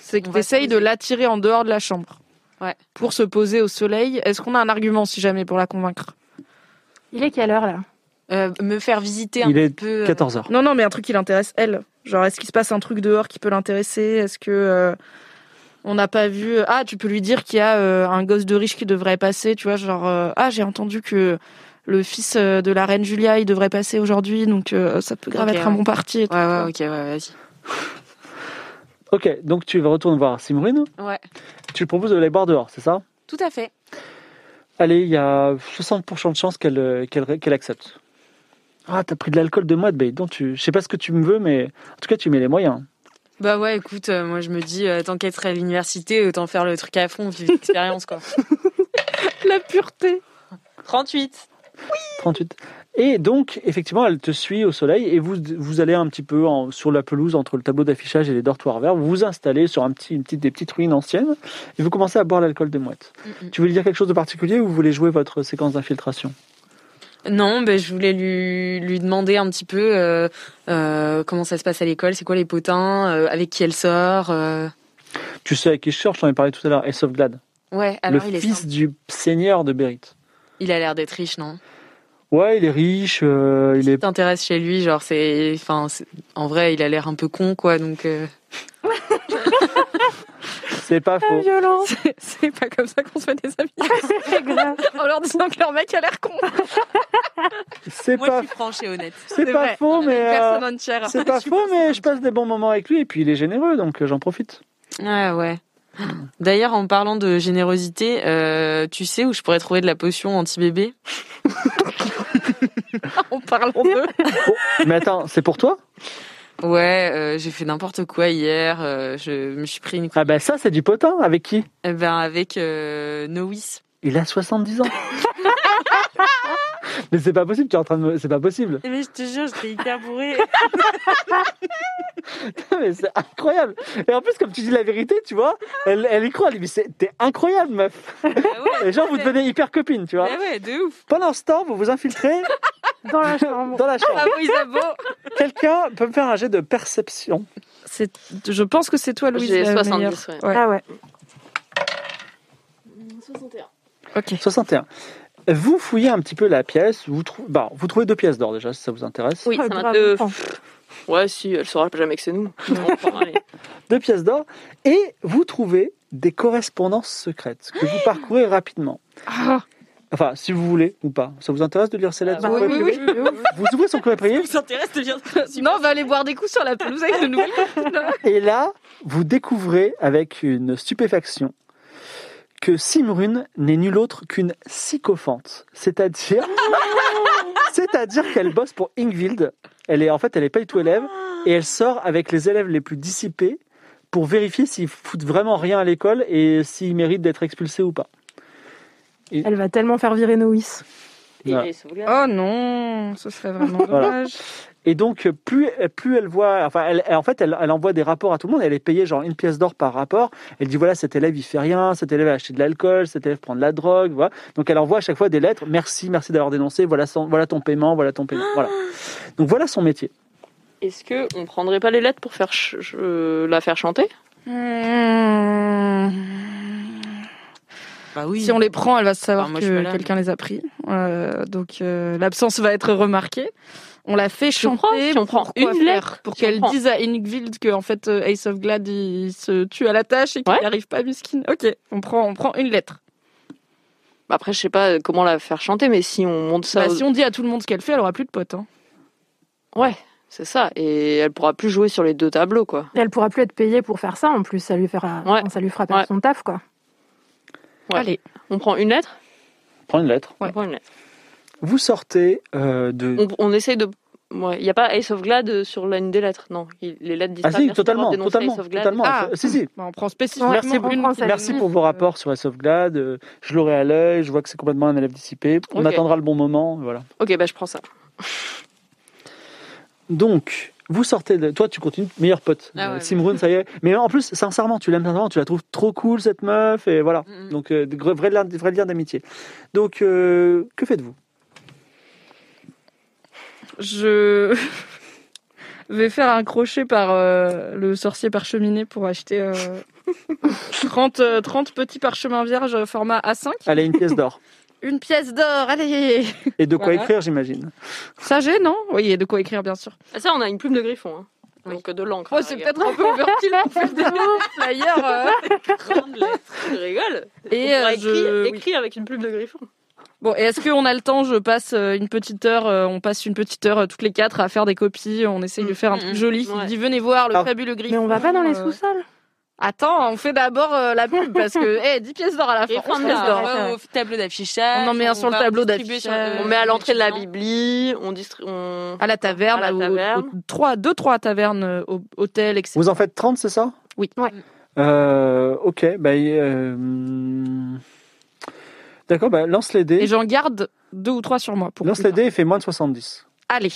D: c'est que
E: On va se
D: t'essayes de
E: poser.
D: l'attirer en dehors de la chambre.
E: Ouais.
D: Pour se poser au soleil. Est-ce qu'on a un argument si jamais pour la convaincre
C: Il est quelle heure là
E: Euh, me faire visiter un
B: Il est
E: petit peu. euh,
B: 14h.
D: Non, non, mais un truc qui l'intéresse elle. Genre, est-ce qu'il se passe un truc dehors qui peut l'intéresser Est-ce que euh, on n'a pas vu Ah, tu peux lui dire qu'il y a euh, un gosse de riche qui devrait passer. Tu vois, genre euh, ah, j'ai entendu que le fils euh, de la reine Julia il devrait passer aujourd'hui, donc euh, ça peut grave
E: Ok,
D: être un
E: ouais.
D: bon parti. et tout,
E: Ouais,
D: tu
E: ouais,
D: vois.
E: ok, ouais, vas-y.
B: Ok, donc tu vas retourner voir Simrune.
E: Ouais,
B: Tu lui proposes de l'aller boire dehors, c'est ça
E: tout à fait.
B: Allez, il y a 60% de chances qu'elle euh, qu'elle qu'elle accepte. Ah, t'as pris de l'alcool de mouette, ben donc tu, je sais pas ce que tu me veux, mais en tout cas tu mets les moyens.
E: Bah ouais, écoute, euh, moi je me dis, euh, tant qu'être à l'université, autant faire le truc à fond, vivre l'expérience quoi.
D: La pureté.
E: 38
B: 38. Et donc, effectivement, elle te suit au soleil et vous, vous allez un petit peu en- sur la pelouse entre le tableau d'affichage et les dortoirs verts. Vous vous installez sur un petit, une petite, des petites ruines anciennes et vous commencez à boire l'alcool de mouette.
E: Mm,
B: Tu veux lui dire quelque chose de particulier ou vous voulez jouer votre séquence d'infiltration
E: mm. Non, bah, je voulais lui, lui demander un petit peu euh, euh, comment ça se passe à l'école, c'est quoi les potins, euh, avec qui elle sort. euh.
B: Tu sais avec qui je cherche, j'en ai parlé tout à l'heure, Elsofglad,
E: Ouais,
B: le
E: alors il, est
B: fils
E: sympa.
B: du seigneur de Bérite.
E: il a l'air d'être riche, non
B: Ouais, il est riche, euh, il
E: Si
B: est...
E: t'intéresses chez lui, genre c'est. Enfin, c'est- en vrai, il a l'air un peu con quoi, donc. euh,
B: c'est pas
F: Oh.
B: faux.
C: Violent.
D: C'est- C'est pas comme ça qu'on se fait des amis.
C: C'est grave.
D: en leur disant que leur mec a l'air con.
B: C'est
E: Moi je
B: pas,
E: suis franche et honnête.
B: c'est pas
D: vrai.
B: faux, mais... euh,
D: Personne entière.
B: C'est pas faux, mais je passe des bons moments avec lui et puis il est généreux, donc euh, j'en profite.
E: Ouais, ouais. D'ailleurs, en parlant de générosité, euh, tu sais où je pourrais trouver de la potion anti-bébé
D: On parle en deux.
B: Oh, Mais attends, c'est pour toi
E: Ouais, euh, j'ai fait n'importe quoi hier. euh, je me suis pris une.
B: Ah ben ça, c'est du potin. Avec qui
E: Eh ben avec euh, Nois.
B: Il a 70 ans. Mais c'est pas possible, tu es en train de me... C'est pas possible.
E: Eh, Mais je te jure, j'étais hyper bourré.
B: Mais c'est incroyable. Et en plus, comme tu dis la vérité, tu vois, elle, elle y croit. Elle dit, mais c'est- t'es incroyable, meuf. Et genre, vous devenez hyper copine, tu vois.
E: Ah ouais, de ouf.
B: Pendant ce temps, vous vous infiltrez
C: Dans la chambre.
B: dans la chambre.
E: Bravo Isabeau.
B: Quelqu'un peut me faire un jet de perception.
D: C'est, je pense que c'est toi, Louise.
F: J'ai
D: la meilleure.
F: 70, ouais.
D: Ouais.
C: Ah ouais.
F: 61.
D: Ok.
B: 61. Vous fouillez un petit peu la pièce. Vous, trou- bah, vous trouvez deux pièces d'or déjà, si ça vous intéresse.
F: Oui,
C: Ah,
F: ça m'a.
C: grave,
F: euh,
C: on prend.
F: Ouais, si, elle saura jamais que c'est nous. Non, enfin, allez.
B: deux pièces d'or, et vous trouvez des correspondances secrètes que vous parcourez rapidement.
D: Ah.
B: Enfin, si vous voulez ou pas. Ça vous intéresse de lire ces lettres
F: Ah
B: de
F: bah
B: courrier
F: oui,
B: privé Vous ouvrez son courrier privé
D: s'intéresse de lire Sinon, on va aller boire des coups sur la pelouse avec le nouvel.
B: Et là, vous découvrez avec une stupéfaction que Simrune n'est nul autre qu'une sycophante. C'est-à-dire. C'est-à-dire qu'elle bosse pour Ingvild. Elle est, en fait, elle n'est pas du tout élève. Et elle sort avec les élèves les plus dissipés pour vérifier s'ils foutent vraiment rien à l'école et s'ils méritent d'être expulsés ou pas.
C: Elle va tellement faire virer Noïs.
B: Voilà.
D: Oh non, ce serait vraiment
B: Voilà.
D: dommage.
B: Et donc, plus, plus elle voit, enfin, elle, elle- en fait, elle, elle envoie des rapports à tout le monde. Elle est payée genre une pièce d'or par rapport. Elle dit voilà, cet élève il fait rien, cet élève a acheté de l'alcool, cet élève prend de la drogue, voilà. Donc elle envoie à chaque fois des lettres. Merci, merci d'avoir dénoncé. Voilà, son- voilà ton paiement, voilà ton paiement, voilà.
D: Ah.
B: Donc voilà son métier.
F: Est-ce que on prendrait pas les lettres pour faire ch- ch- euh, la faire chanter
E: Bah oui.
D: Si on les prend, elle va savoir
F: Ah,
E: Enfin, moi, je suis pas
D: que
E: là,
D: quelqu'un les a pris. Euh, donc euh, l'absence va être remarquée. On la fait
F: Tu
D: chanter.
F: prends- si on prend
D: pour quoi
F: une
D: faire
F: lettre,
D: pour
F: si on
D: qu'elle
F: prend-
D: dise à Ingvild que en fait euh, Ace of Glad il se tue à la tâche et qu'il
F: Ouais.
D: n'y arrive pas Muskin. Ok, on prend on prend une lettre.
F: Bah Après, je sais pas comment la faire chanter, mais si on monte ça,
D: Bah,
F: aux-
D: si on dit à tout le monde ce qu'elle fait, elle aura plus de potes. hein.
F: ouais, c'est ça. Et elle pourra plus jouer sur les deux tableaux, quoi.
C: Elle pourra plus être payée pour faire ça en plus, ça lui fera,
F: Ouais.
C: enfin, ça lui fera perdre
F: Ouais.
C: son taf quoi.
F: Ouais.
D: Allez,
F: On prend une lettre.
B: Prends une lettre.
D: Ouais.
F: On prend une lettre.
B: Vous sortez euh, de.
F: On, on essaye de. Ouais, il y a pas Ace of Glad euh, sur l'une des lettres, non. Il- Les lettres disent
B: Ah
F: pas
B: si,
F: merci
B: totalement,
F: d'avoir dénoncé
B: totalement,
F: Ace of Glad.
B: totalement.
D: Ah.
B: Si, si.
D: Bah, on prend spécifiquement
C: Merci
D: une
C: beaucoup.
D: qui est
B: Merci
D: venue.
B: pour vos rapports sur la sauvegarde. Euh, Je l'aurai à l'œil. Je vois que c'est complètement un élève dissipé. On
F: Ok.
B: attendra le bon moment. Voilà.
F: Ok, bah je prends ça.
B: Donc, vous sortez de... Toi, tu continues, meilleur pote.
F: Ah
B: Euh,
F: ouais.
B: Simrune, ça y est. Mais en plus, sincèrement, tu l'aimes sincèrement, tu la trouves trop cool, cette meuf, et voilà.
E: Mm,
D: Mm.
F: Mhm.
B: Donc, euh, de gr- vrai, lien- vrai lien d'amitié. Donc, euh, que faites-vous
D: Je vais faire un crochet par euh, le sorcier par cheminée pour acheter euh, 30, euh, 30 petits parchemins vierges euh, format A5.
B: Allez, une pièce d'or.
D: Une pièce d'or, allez
B: Et de quoi
D: Voilà.
B: écrire, j'imagine.
D: Ça j'ai, non Oui, il y a de quoi écrire, bien sûr.
F: Ah, ça, on a une plume de griffon, hein. donc euh, de l'encre.
D: Oh, c'est peut-être un peu overkill pour faire des flyers. euh.
F: Je rigole.
D: Et,
F: Et
D: euh, je- oui.
F: écrire avec une plume de griffon.
D: Bon, et est-ce qu'on a le temps Je passe euh, une petite heure, euh, on passe une petite heure euh, toutes les quatre à faire des copies, on essaye de faire un truc
F: Mm, mm,
D: joli qui
F: ouais.
D: dit venez voir le
B: Alors-
D: fabuleux griffon.
C: Mais on va pas dans les
D: euh,
C: sous-sols.
D: Attends, on fait d'abord euh, la pub parce que, eh, 10 pièces d'or à la fin.
E: on
D: 11 pièces d'or.
C: ouais,
E: au tableau d'affichage.
D: On en met un sur le
E: va
D: tableau
E: distribuer sur-
D: d'affichage.
F: On met à l'entrée de la Bibli, on distri- on-
D: À la taverne,
F: À la
D: au-
F: taverne.
D: au- trois, deux, trois tavernes, euh, au, hôtel, etc.
B: Vous en faites 30, c'est ça
D: Oui.
C: Ouais.
B: Euh, ok, bah, euh, hmm. D'accord, bah, lance les
D: Et
B: dés.
D: j'en garde deux ou trois sur moi. Pour
B: Lance
D: plus
B: les
D: tard.
B: dés et fait moins de 70.
D: Allez.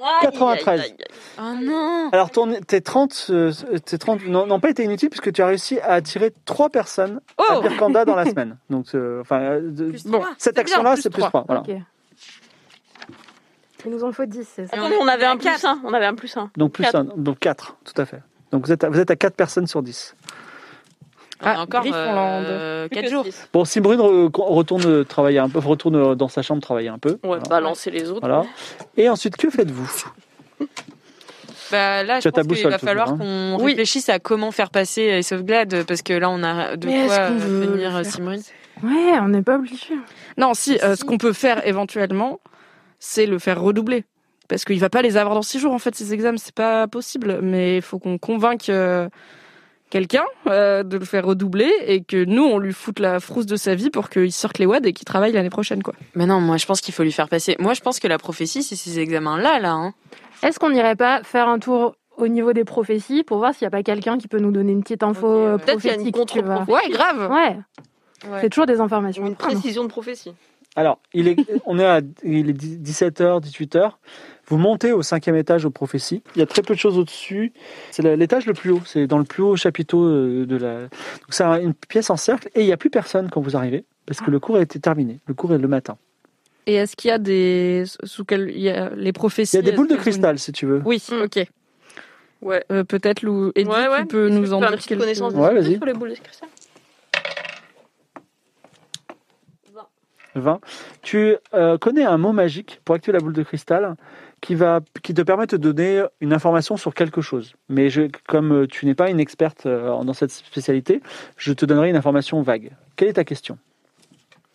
B: 93.
F: Aïe, aïe, aïe.
E: Oh non
B: Alors, ton, tes 30, euh, tes 30 n'ont n'ont pas été inutiles puisque tu as réussi à attirer 3 personnes à
D: Oh
B: Birkanda dans la semaine. Donc, euh, enfin, euh, de-
D: Bon,
B: cette
D: bien,
B: action-là,
D: plus
B: c'est plus 3.
D: trois.
B: voilà.
C: Ok. Il nous en faut 10, c'est ça.
F: Attendez, on avait un plus un. On avait un plus un.
B: Donc, plus
F: Quatre.
B: un, donc 4, tout à fait. Donc, vous êtes, à, vous êtes à 4 personnes sur 10.
D: Ah,
E: encore
D: Griffonland.
E: euh, 4 jours.
B: Bon, Simbrune re- retourne, euh, travailler un peu, retourne euh, dans sa chambre travailler un peu.
F: Ouais, bah.
B: voilà.
F: balancer les autres.
B: Voilà. Et ensuite, que faites-vous
E: Bah, là,
B: Tu
E: je
B: as ta
E: pense qu'il
B: boussole,
E: va
B: toujours,
E: falloir
B: hein.
E: qu'on
D: Oui.
E: réfléchisse à comment faire passer Ace of Glad parce que là, on a de
C: Mais est-ce
E: quoi
C: qu'on
E: euh,
C: veut
E: venir
C: le
E: euh,
C: faire
E: Simrine.
C: Ouais, on n'est pas obligé.
D: Non, si, euh, ce qu'on peut faire éventuellement, c'est le faire redoubler. Parce qu'il va pas les avoir dans six jours, en fait, ces examens, c'est pas possible. Mais il faut qu'on convainque euh, quelqu'un euh, de le faire redoubler et que nous, on lui foute la frousse de sa vie pour qu'il sorte les WAD et qu'il travaille l'année prochaine, quoi.
E: Mais non, moi, je pense qu'il faut lui faire passer. Moi, je pense que la prophétie, c'est ces examens-là, là. hein.
C: Est-ce qu'on n'irait pas faire un tour au niveau des prophéties pour voir s'il n'y a pas quelqu'un qui peut nous donner une petite info
E: Ok, ouais.
C: euh,
F: Peut-être qu'il y a une
C: prophétique tu vois.
D: Ouais, grave
C: Ouais, c'est toujours des informations. Ah,
F: Une
C: à prendre.
F: précision de prophétie.
B: Alors, il est, on est à 17h, 18h. Vous montez au cinquième étage aux prophéties. Il y a très peu de choses au-dessus. C'est la- l'étage le plus haut. C'est dans le plus haut chapiteau euh, de la. Donc, c'est un- une pièce en cercle et il n'y a plus personne quand vous arrivez parce que le cours a été terminé. Le cours est le matin.
D: Et est-ce qu'il y a des. Sous quel... il y a les prophéties
B: Il y a des boules de
D: est-ce qu'elles ont
B: cristal si tu veux.
D: une- Oui,
F: Mm.
D: ok.
F: Ouais.
D: Euh, Peut-être, Lou. Edith,
F: Ouais, ouais.
D: tu peux
F: Est-ce que
D: nous
F: tu
D: en
F: peux
D: dire
F: un petit
D: quelque
F: connaissance
D: chose
F: de
B: Ouais,
F: secret
B: vas-y.
F: sur les boules de cristal
B: 20. Tu euh, connais un mot magique pour activer la boule de cristal qui, va, qui te permet de donner une information sur quelque chose. Mais je, comme euh, tu n'es pas une experte euh, dans cette spécialité, je te donnerai une information vague. Quelle est ta question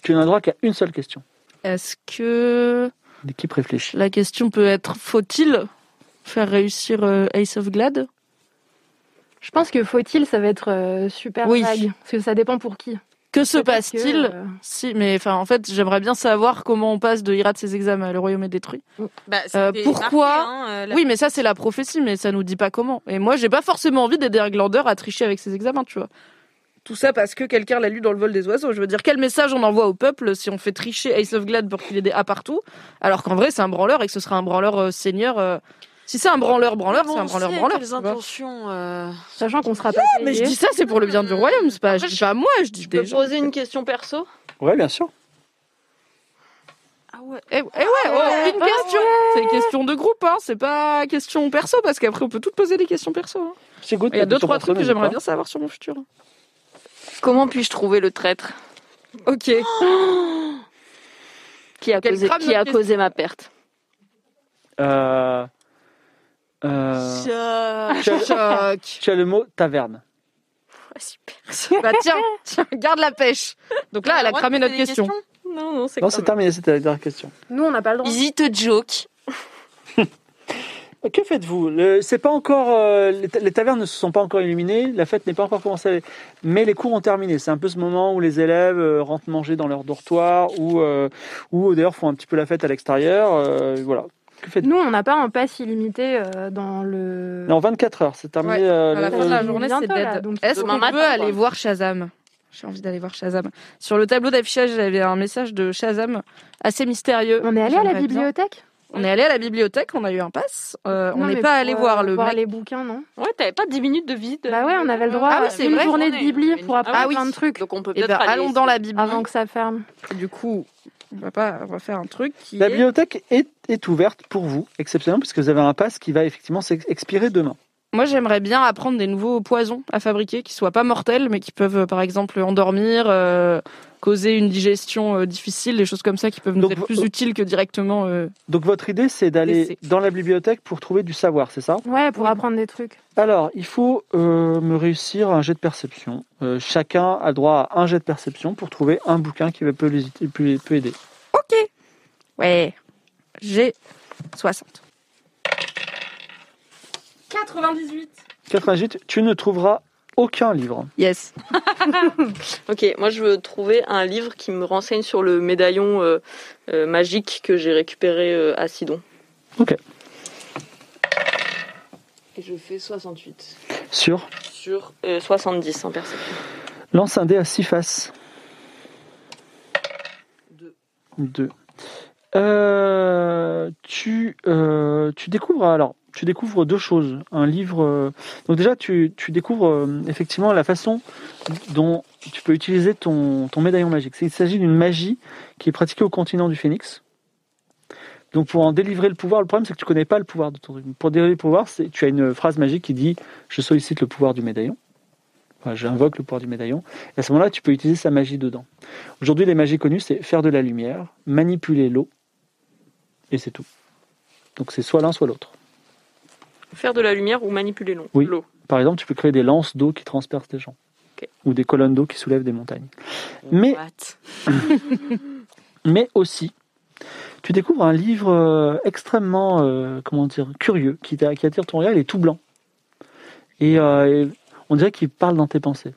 B: Tu n'as droit qu'à une seule question.
D: Est-ce que
B: L'équipe réfléchit.
D: la question peut être faut-il faire réussir euh, Ace of Glad
C: Je pense que faut-il, ça va être euh, super
D: Oui.
C: vague. Parce que ça dépend pour qui.
D: Que se
C: Peut-être
D: passe-t-il
C: que, euh,
D: Si, mais enfin, en fait, j'aimerais bien savoir comment on passe de Ira de ses examens à le royaume est détruit.
E: Bah, Euh,
D: c'était pourquoi
E: hein,
D: Oui, mais ça, c'est la prophétie, mais ça nous dit pas comment. Et moi, j'ai pas forcément envie d'aider un glandeur à tricher avec ses examens, tu vois. Tout ça parce que quelqu'un l'a lu dans le vol des oiseaux. Je veux dire, quel message on envoie au peuple si on fait tricher Ace of Glad pour qu'il ait des A partout, alors qu'en vrai, c'est un branleur et que ce sera un branleur euh, seigneur. euh, Si c'est un branleur branleur, c'est un branleur branleur. tu
E: les
D: vois.
E: intentions. euh,
C: Sachant qu'on sera pas payé.
D: Mais je dis ça, c'est pour le bien du royaume, c'est pas, je dis pas à moi, je dis
F: Je peux
D: des gens.
F: poser une question perso
B: Ouais, bien sûr.
D: Ah ouais. Eh, eh ouais, oh, une question. C'est question de groupe, hein. C'est pas question perso, parce qu'après on peut toutes poser des questions perso. hein.
B: C'est good,
D: Il y a
B: ta
D: deux
B: question
D: trois trucs que
B: personnelle,
D: j'aimerais
B: n'est-ce
D: bien savoir sur mon futur.
F: Comment puis-je trouver le traître
D: Ok.
F: qui a,
D: Quel
F: causé,
D: crâne
F: qui a
D: notre
F: causé ma perte
B: pas Euh, euh, tu, as,
D: Choc.
B: tu as le mot taverne.
D: bah tiens, tiens, garde la pêche. Donc là, elle a cramé notre question.
F: Non, non, c'est
B: Non, c'est terminé, c'était la dernière question.
C: Nous, on n'a pas le droit.
E: Easy to joke.
B: Que faites-vous Le- C'est pas encore euh, les, ta- les tavernes ne se sont pas encore illuminées, la fête n'est pas encore commencée, mais les cours ont terminé. C'est un peu ce moment où les élèves euh, rentrent manger dans leur dortoir ou euh, ou d'ailleurs font un petit peu la fête à l'extérieur. euh, voilà. Que faites-vous
C: Nous, on n'a pas un pass illimité euh, dans le.
B: Dans 24 heures, c'est terminé.
D: Ouais,
B: euh,
D: À la
B: le-
D: fin de la
C: Euh,
D: journée, c'est
C: bientôt, là,
D: dead.
C: donc
D: Est-ce
F: demain
D: qu'on
F: matin,
D: peut aller
F: quoi.
D: voir Shazam J'ai envie d'aller voir Shazam. Sur le tableau d'affichage, j'avais un message de Shazam assez mystérieux.
C: On est allé à la
D: J'aimerais bien.
C: bibliothèque
D: On est allé à la bibliothèque, on a eu un pass. Euh, on
C: Non,
D: n'est
C: mais
D: pas
C: pour,
D: allé
C: euh,
D: voir le mec.
C: les bouquins, non
F: Ouais, t'avais pas 10 minutes de visite
C: Bah ouais, on avait le droit
D: Ah oui,
C: à
D: c'est
C: une
D: vrai,
C: journée de Bibli pour apprendre
D: Ah oui.
C: plein de trucs
F: Donc on peut
D: Eh
F: peut-être
D: ben,
F: aller-
D: allons dans la Bible.
C: avant que ça ferme.
D: Du coup, on va pas, on va faire un truc qui
B: La
D: est-
B: bibliothèque est, est ouverte pour vous, exceptionnellement, puisque vous avez un pass qui va effectivement s'ex- expirer demain.
D: Moi, j'aimerais bien apprendre des nouveaux poisons à fabriquer qui soient pas mortels, mais qui peuvent, euh, par exemple, endormir, euh, causer une digestion euh, difficile, des choses comme ça qui peuvent nous
B: Donc,
D: être
B: vo-
D: plus utiles que directement. euh,
B: Donc votre idée, c'est d'aller
D: Laissez.
B: dans la bibliothèque pour trouver du savoir, c'est ça
C: Ouais, pour
D: Oui.
C: apprendre des trucs.
B: Alors, il faut euh, me réussir un jet de perception. Euh, chacun a droit à un jet de perception pour trouver un bouquin qui va peut, l'hésiter- peut- peut aider.
D: Ouais. J'ai 60. 98.
B: 98, tu ne trouveras aucun livre.
D: Yes.
F: Ok, moi je veux trouver un livre qui me renseigne sur le médaillon euh, euh, magique que j'ai récupéré euh, à Sidon.
B: Ok.
F: Et je fais 68
B: Sur
F: sur euh, 70 en perception.
B: lance un dé à 6 faces. 2. tu, euh, tu découvres alors tu découvres deux choses. Un livre. euh, donc déjà tu, tu découvres euh, effectivement la façon dont tu peux utiliser ton, ton médaillon magique. Il s'agit d'une magie qui est pratiquée au continent du Phénix. Donc pour en délivrer le pouvoir, le problème c'est que tu connais pas le pouvoir de ton truc. Pour délivrer le pouvoir, c'est- tu as une phrase magique qui dit je sollicite le pouvoir du médaillon. Enfin, j'invoque le pouvoir du médaillon. Et à ce moment-là, tu peux utiliser sa magie dedans. Aujourd'hui, les magies connues, c'est faire de la lumière, manipuler l'eau, et c'est tout. Donc c'est soit l'un, soit l'autre.
F: Faire de la lumière ou manipuler l'eau.
B: Oui.
F: L'eau.
B: Par exemple, tu peux créer des lances d'eau qui transpercent des gens.
F: Ok.
B: Ou des colonnes d'eau qui soulèvent des montagnes. Mais,
E: What
B: mais aussi, tu découvres un livre euh, extrêmement, euh, comment dire, curieux, qui, t'a- qui attire ton regard, il est tout blanc. Et, euh, et on dirait qu'il parle dans tes pensées.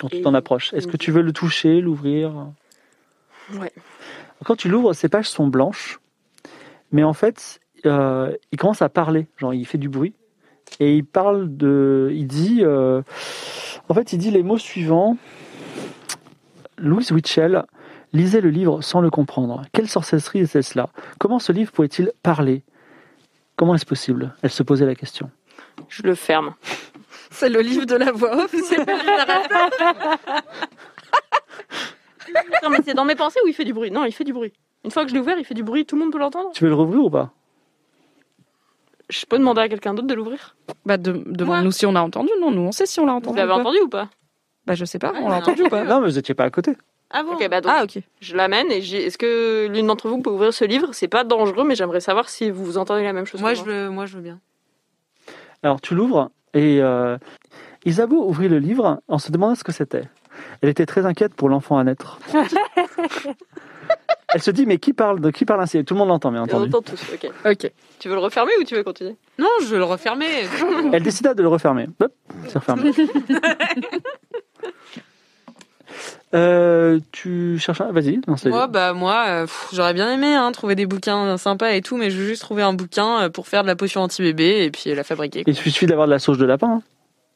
B: Quand tu
F: Et-
B: t'en approches. Est-ce que tu veux le toucher, l'ouvrir
F: Ouais.
B: Quand tu l'ouvres, ces pages sont blanches, mais en fait, euh, il commence à parler. Genre, il fait du bruit et il parle de. Il dit. euh, en fait, il dit les mots suivants. Louise Witchell lisait le livre sans le comprendre. Quelle sorcellerie était cela Comment ce livre pouvait-il parler Comment est-ce possible Elle se posait la question.
F: Je le ferme.
D: C'est le livre de la voix off.
F: Non, mais c'est dans mes pensées où il fait du bruit. Non, il fait du bruit. Une fois que je l'ai ouvert, il fait du bruit. Tout le monde peut l'entendre.
B: Tu veux le rouvrir ou pas
F: Je peux demander à quelqu'un d'autre de l'ouvrir.
D: Bah, de- demande-nous si on a entendu. Non, nous, on sait si on l'a
F: Vous
D: entendu.
F: l'avez
D: ou pas.
F: entendu ou pas
D: Bah, je sais pas, on l'a entendu ou pas
B: Non, mais vous n'étiez pas à côté.
D: Ah bon
F: Ok, bah donc,
D: Ah, ok.
F: je l'amène et j'ai- est-ce que l'une d'entre vous peut ouvrir ce livre C'est pas dangereux, mais j'aimerais savoir si vous entendez la même chose.
E: Moi
F: que
E: je, veux, moi, je veux bien.
B: Alors tu l'ouvres et euh, Isabeau ouvrit le livre en se demandant ce que c'était. Elle était très inquiète pour l'enfant à naître. Elle se dit mais qui parle de qui parle ainsi Tout le monde l'entend bien
F: On
B: entendu.
F: entend tous. Ok.
E: Ok.
F: Tu veux le refermer ou tu veux continuer
E: Non, je veux le refermer.
B: Elle décida de le refermer. Hop, c'est refermé. Euh, tu cherches un Vas-y, lance les
E: Moi,
B: dés.
E: bah moi, euh, pff, j'aurais bien aimé hein, trouver des bouquins sympas et tout, mais je veux juste trouver un bouquin euh, pour faire de la potion anti-bébé et puis la fabriquer.
B: Il suffit d'avoir de la sauge de lapin. hein.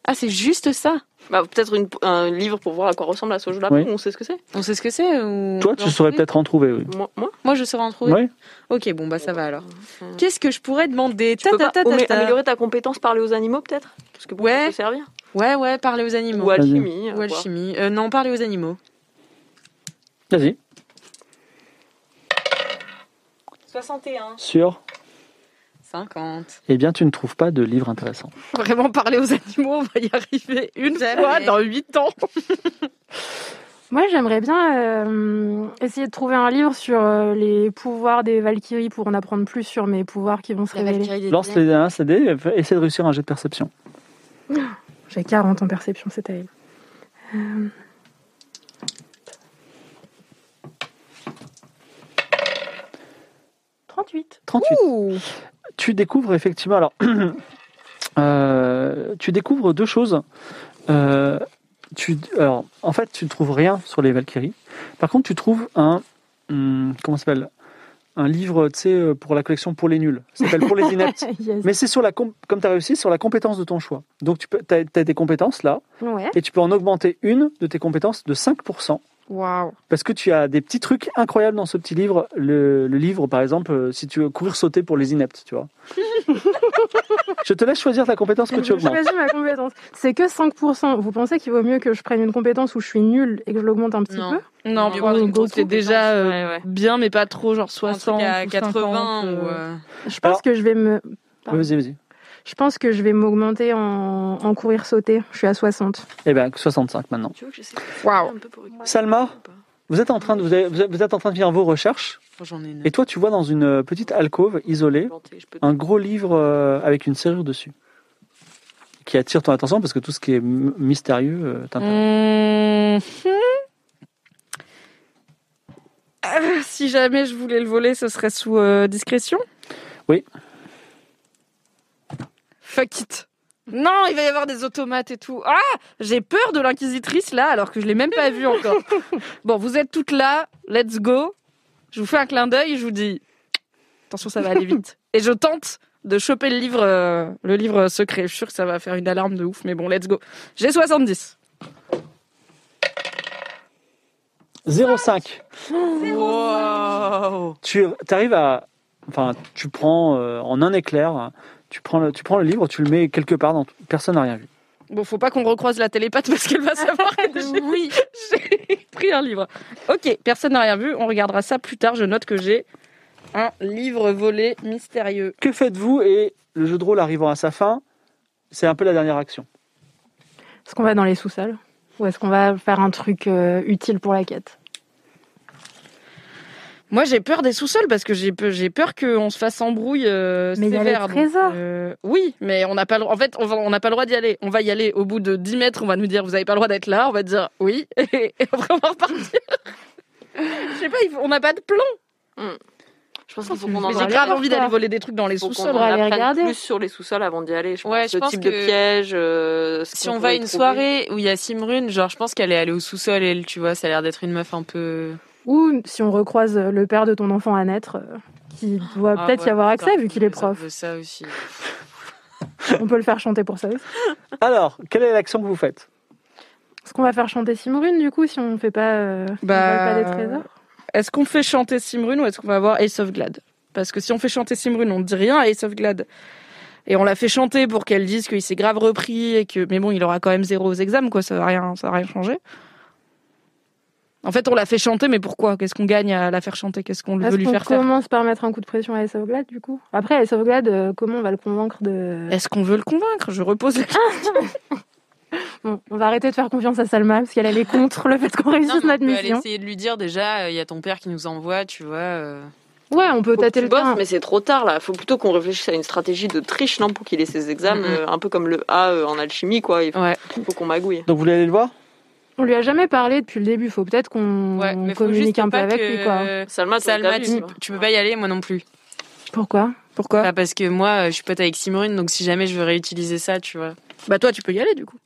E: Ah, c'est juste ça
F: Bah, peut-être une- un livre pour voir à quoi ressemble la sauge de lapin,
B: Oui.
F: on sait ce que c'est.
E: On sait ce que c'est ou...
B: Toi, tu
E: J'en
B: saurais
E: sais.
B: peut-être en trouver. Oui.
F: Moi, moi
E: Moi, je saurais en trouver.
B: Ouais.
E: Ok, bon, bah ça va alors. Qu'est-ce que je pourrais demander
F: tu peux
E: Ta,
F: pas
E: ta, ta, ta,
F: amé-
E: ta.
F: améliorer ta compétence, parler aux animaux peut-être Parce que pour
E: Ouais.
F: ça peut servir.
E: Ouais, ouais, parler aux
F: Ou
E: animaux.
F: alchimie. à
E: Ou
F: voir.
E: alchimie. Euh, non, parler aux animaux.
B: Vas-y.
E: 61.
B: Sûr.
E: 50.
B: Eh bien, tu ne trouves pas de livre intéressant.
D: Vraiment parler aux animaux, on va y arriver une
E: Jamais.
D: fois dans 8 ans.
C: Moi, j'aimerais bien euh, essayer de trouver un livre sur euh, les pouvoirs des Valkyries pour en apprendre plus sur mes pouvoirs qui vont se révéler.
B: Lance les un CD, essaie de réussir un jet de perception.
C: J'ai 40 en perception, c'est terrible. Euh, 38.
B: 38. tu découvres effectivement. Alors, euh, tu découvres deux choses. Euh, tu, alors, en fait, tu ne trouves rien sur les Valkyries. Par contre, tu trouves un hum, comment ça s'appelle un livre, tu sais, euh, pour la collection pour les nuls. Ça s'appelle pour les ineptes.
C: Yes.
B: Mais c'est sur la com- comme tu as réussi, sur la compétence de ton choix. Donc tu peux, as, tes compétences là,
C: Ouais.
B: et tu peux en augmenter une de tes compétences de 5%.
D: Waouh.
B: Parce que tu as des petits trucs incroyables dans ce petit livre. Le, le livre, par exemple, euh, si tu veux courir sauter pour les ineptes, tu vois. je te laisse choisir ta compétence que tu
C: Je
B: augmentes.
C: choisis ma compétence. C'est que 5%. Vous pensez qu'il vaut mieux que je prenne une compétence où je suis nulle et que je l'augmente un petit
E: Non.
C: peu
D: Non,
E: Non,
D: mais moi,
C: mais
D: une
C: gros
D: grosse, c'est
C: compétence,
D: déjà euh,
E: ouais, ouais.
D: bien, mais pas trop, genre
E: Un
D: 60
E: truc à
D: ou
E: 80
D: 50,
E: ou...
D: euh.
E: euh,
C: Je pense
B: Alors-
C: que je vais me.
B: Oui, vas-y, vas-y.
C: Je pense que je vais m'augmenter en, en courir sauter. Je suis à 60.
B: Eh bien, 65 maintenant.
F: Tu veux que j'essaie de
D: Waouh.
F: un peu pour récupérer
B: Salma
F: ou pas
B: Vous êtes en train de, vous avez- vous êtes vous êtes en train de finir vos recherches.
E: J'en ai neuf.
B: Et toi, tu vois dans une euh, petite alcôve isolée
F: Planter, je peux te-
B: un gros livre euh, avec une serrure dessus. Qui attire ton attention parce que tout ce qui est m- mystérieux euh, t'intéresse.
D: Mmh. Ah, Si jamais je voulais le voler, ce serait sous euh, discrétion
B: Oui.
D: Fuck it. Non, il va y avoir des automates et tout. Ah J'ai peur de l'inquisitrice là, alors que je l'ai même pas vue encore. bon, vous êtes toutes là. Let's go. Je vous fais un clin d'œil. Je vous dis attention, ça va aller vite. Et je tente de choper le livre, euh, le livre secret. Je suis sûre que ça va faire une alarme de ouf, mais bon, let's go. J'ai 70.
B: 0,5
E: Wow.
B: tu arrives à. Enfin, tu prends euh, en un éclair, tu prends, le, tu prends le livre, tu le mets quelque part, dans, personne n'a rien vu.
D: Bon, faut pas qu'on recroise la télépathe parce qu'elle va savoir que j'ai-
E: Oui.
D: j'ai pris un livre. Ok, personne n'a rien vu. On regardera ça plus tard. Je note que j'ai un livre volé mystérieux.
B: Que faites-vous Et le jeu de rôle arrivant à sa fin, c'est un peu la dernière action.
C: Est-ce qu'on va dans les sous-sols Ou est-ce qu'on va faire un truc euh, utile pour la quête
D: Moi, j'ai peur des sous-sols parce que j'ai peur, j'ai peur qu'on se fasse embrouille euh,
C: Mais il y a les
D: sévère. donc,
C: trésors.
D: euh, oui, mais on n'a pas le En fait, on va- on n'a pas le droit d'y aller. On va y aller au bout de 10 mètres. On va nous dire, vous avez pas le droit d'être là. On va dire oui. Et, et après, on va repartir. Je sais pas, il faut- on n'a pas de plan.
F: Je pense qu'il faut qu'on en
D: Mais j'ai
F: parle.
D: grave envie d'aller voler des trucs dans les
F: Faut qu'on
D: sous-sols.
F: en
C: va aller
F: apprenne
C: regarder.
F: plus sur les sous-sols avant d'y aller. Je
E: Ouais,
F: pense,
E: je
F: le
E: pense
F: type
E: que
F: de piège. euh, ce
E: Si
F: qu'on
E: on
F: peut
E: va à
F: y
E: une
F: trouver.
E: soirée où il y a Simrune, genre je pense qu'elle est allée au sous-sol, elle, tu vois, ça a l'air d'être une meuf un peu...
C: Ou si on recroise euh, le père de ton enfant à naître, euh, qui doit
E: Ah,
C: peut-être
E: ouais,
C: y avoir accès
E: putain,
C: vu qu'il est
E: ça
C: prof.
E: veut ça aussi.
C: On peut le faire chanter pour ça aussi.
B: Alors, quelle est l'action que vous faites
C: Est-ce qu'on va faire chanter Simrune du coup si on fait pas, euh, on
D: Bah,
C: vole pas des trésors
D: Est-ce qu'on fait chanter Simrune ou est-ce qu'on va avoir Ace of Glad Parce que si on fait chanter Simrune, on dit rien à Ace of Glad. Et on l'a fait chanter pour qu'elle dise qu'il s'est grave repris et que. Mais bon, il aura quand même zéro aux examens, quoi. Ça va rien, ça va rien changer. En fait, on l'a fait chanter, mais pourquoi Qu'est-ce qu'on gagne à la faire chanter Qu'est-ce qu'on veut
C: Est-ce
D: lui
C: qu'on
D: faire faire
C: commence par mettre un coup de pression à Esauglade du coup Après Esauglade, euh, comment on va le convaincre de...
D: Est-ce qu'on veut le convaincre Je repose la
C: Bon, on va arrêter de faire confiance à Salma parce qu'elle elle est contre le fait qu'on réussisse
E: Non, mais
C: notre
E: on peut aller
C: mission.
E: essayer de lui dire déjà, euh, il y a ton père qui nous envoie, tu vois. euh.
C: Ouais, on peut
F: Faut que
C: tâter
F: tu
C: le
F: bosses,
C: terrain.
F: mais c'est trop tard là. Faut plutôt qu'on réfléchisse à une stratégie de triche, non, pour qu'il ait ses examens,
E: Mhm.
F: euh, un peu comme le A euh, en alchimie, quoi. Il faut,
E: Ouais.
F: faut qu'on magouille.
B: Donc vous voulez aller le voir
C: On lui a jamais parlé depuis le début. Faut peut-être qu'on
E: Ouais, mais faut juste
C: communique un peu
E: pas
C: avec
E: que-
C: lui, quoi.
F: Salma, t'as
E: Salma,
F: vu,
E: tu,
F: toi.
E: tu peux pas y aller, moi non plus.
C: Pourquoi
D: Pourquoi
E: Bah, parce que moi, euh, je suis pote avec Simone, donc si jamais je veux réutiliser ça, tu vois.
D: Bah toi, tu peux y aller du coup.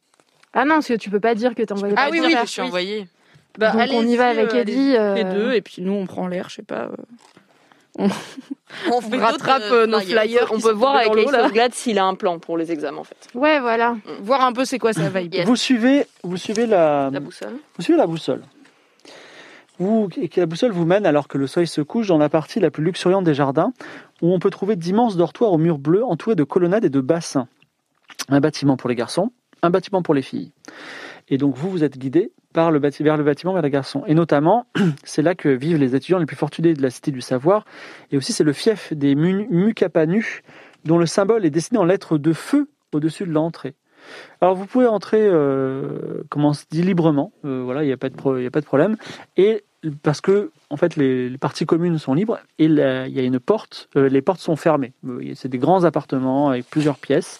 C: Ah non, parce que tu peux pas dire que t'es envoyé.
D: Ah
E: Pas
D: oui,
E: dire
D: oui,
E: que
D: oui.
E: je suis envoyée.
D: Bah,
C: Donc on y
D: allez-y,
C: va avec
D: euh, allez-y,
C: Eddie. euh,
D: Les deux, et puis nous, on prend l'air, je sais pas. euh,
E: On
D: On rattrape euh, nos flyers.
F: On
D: qui
F: peut
D: sont
F: voir
D: tombés
F: avec
D: dans l'eau, là.
F: Glad s'il a un plan pour les examens, en fait.
C: Ouais, voilà.
D: Voir un peu c'est quoi sa vibe.
F: Yes.
B: Vous suivez, vous suivez la,
F: La boussole.
B: vous suivez la boussole. Vous, et que la boussole vous mène alors que le soleil se couche dans la partie la plus luxuriante des jardins, où on peut trouver d'immenses dortoirs aux murs bleus entourés de colonnades et de bassins. Un bâtiment pour les garçons, un bâtiment pour les filles. Et donc vous, vous êtes guidé par le bâti- vers le bâtiment vers les garçons. Et notamment, c'est là que vivent les étudiants les plus fortunés de la Cité du Savoir. Et aussi, c'est le fief des Mun- Mukapanus, dont le symbole est dessiné en lettres de feu au-dessus de l'entrée. Alors vous pouvez entrer, euh, comment on se dit, librement. Euh, voilà, il n'y a, pas de pro- il y a pas de problème. Et parce que en fait les, les parties communes sont libres et là, il y a une porte. euh, les portes sont fermées. Euh, il y a- C'est des grands appartements avec plusieurs pièces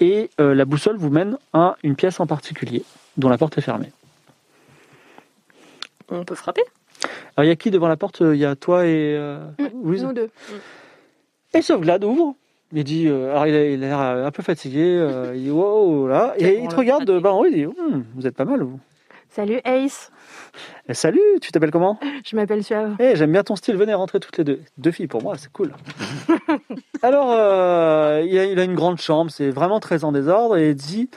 B: et euh, la boussole vous mène à une pièce en particulier dont la porte est fermée.
F: On peut frapper.
B: Alors il y a qui devant la porte Il y a toi et euh, Louise
C: Nous deux.
B: Et Sauveglade ouvre. Il dit, euh, alors il a il a l'air euh, un peu fatigué. euh, il dit wow là et il te regarde de bas en haut. Il dit Hum, vous êtes pas mal vous.
C: Salut Ace.
B: Eh, Salut, tu t'appelles comment
C: Je m'appelle Suave.
B: Eh, j'aime bien ton style, venez rentrer toutes les deux. Deux filles pour moi, c'est cool. alors, euh, il, a, il a une grande chambre, c'est vraiment très en désordre, et il dit,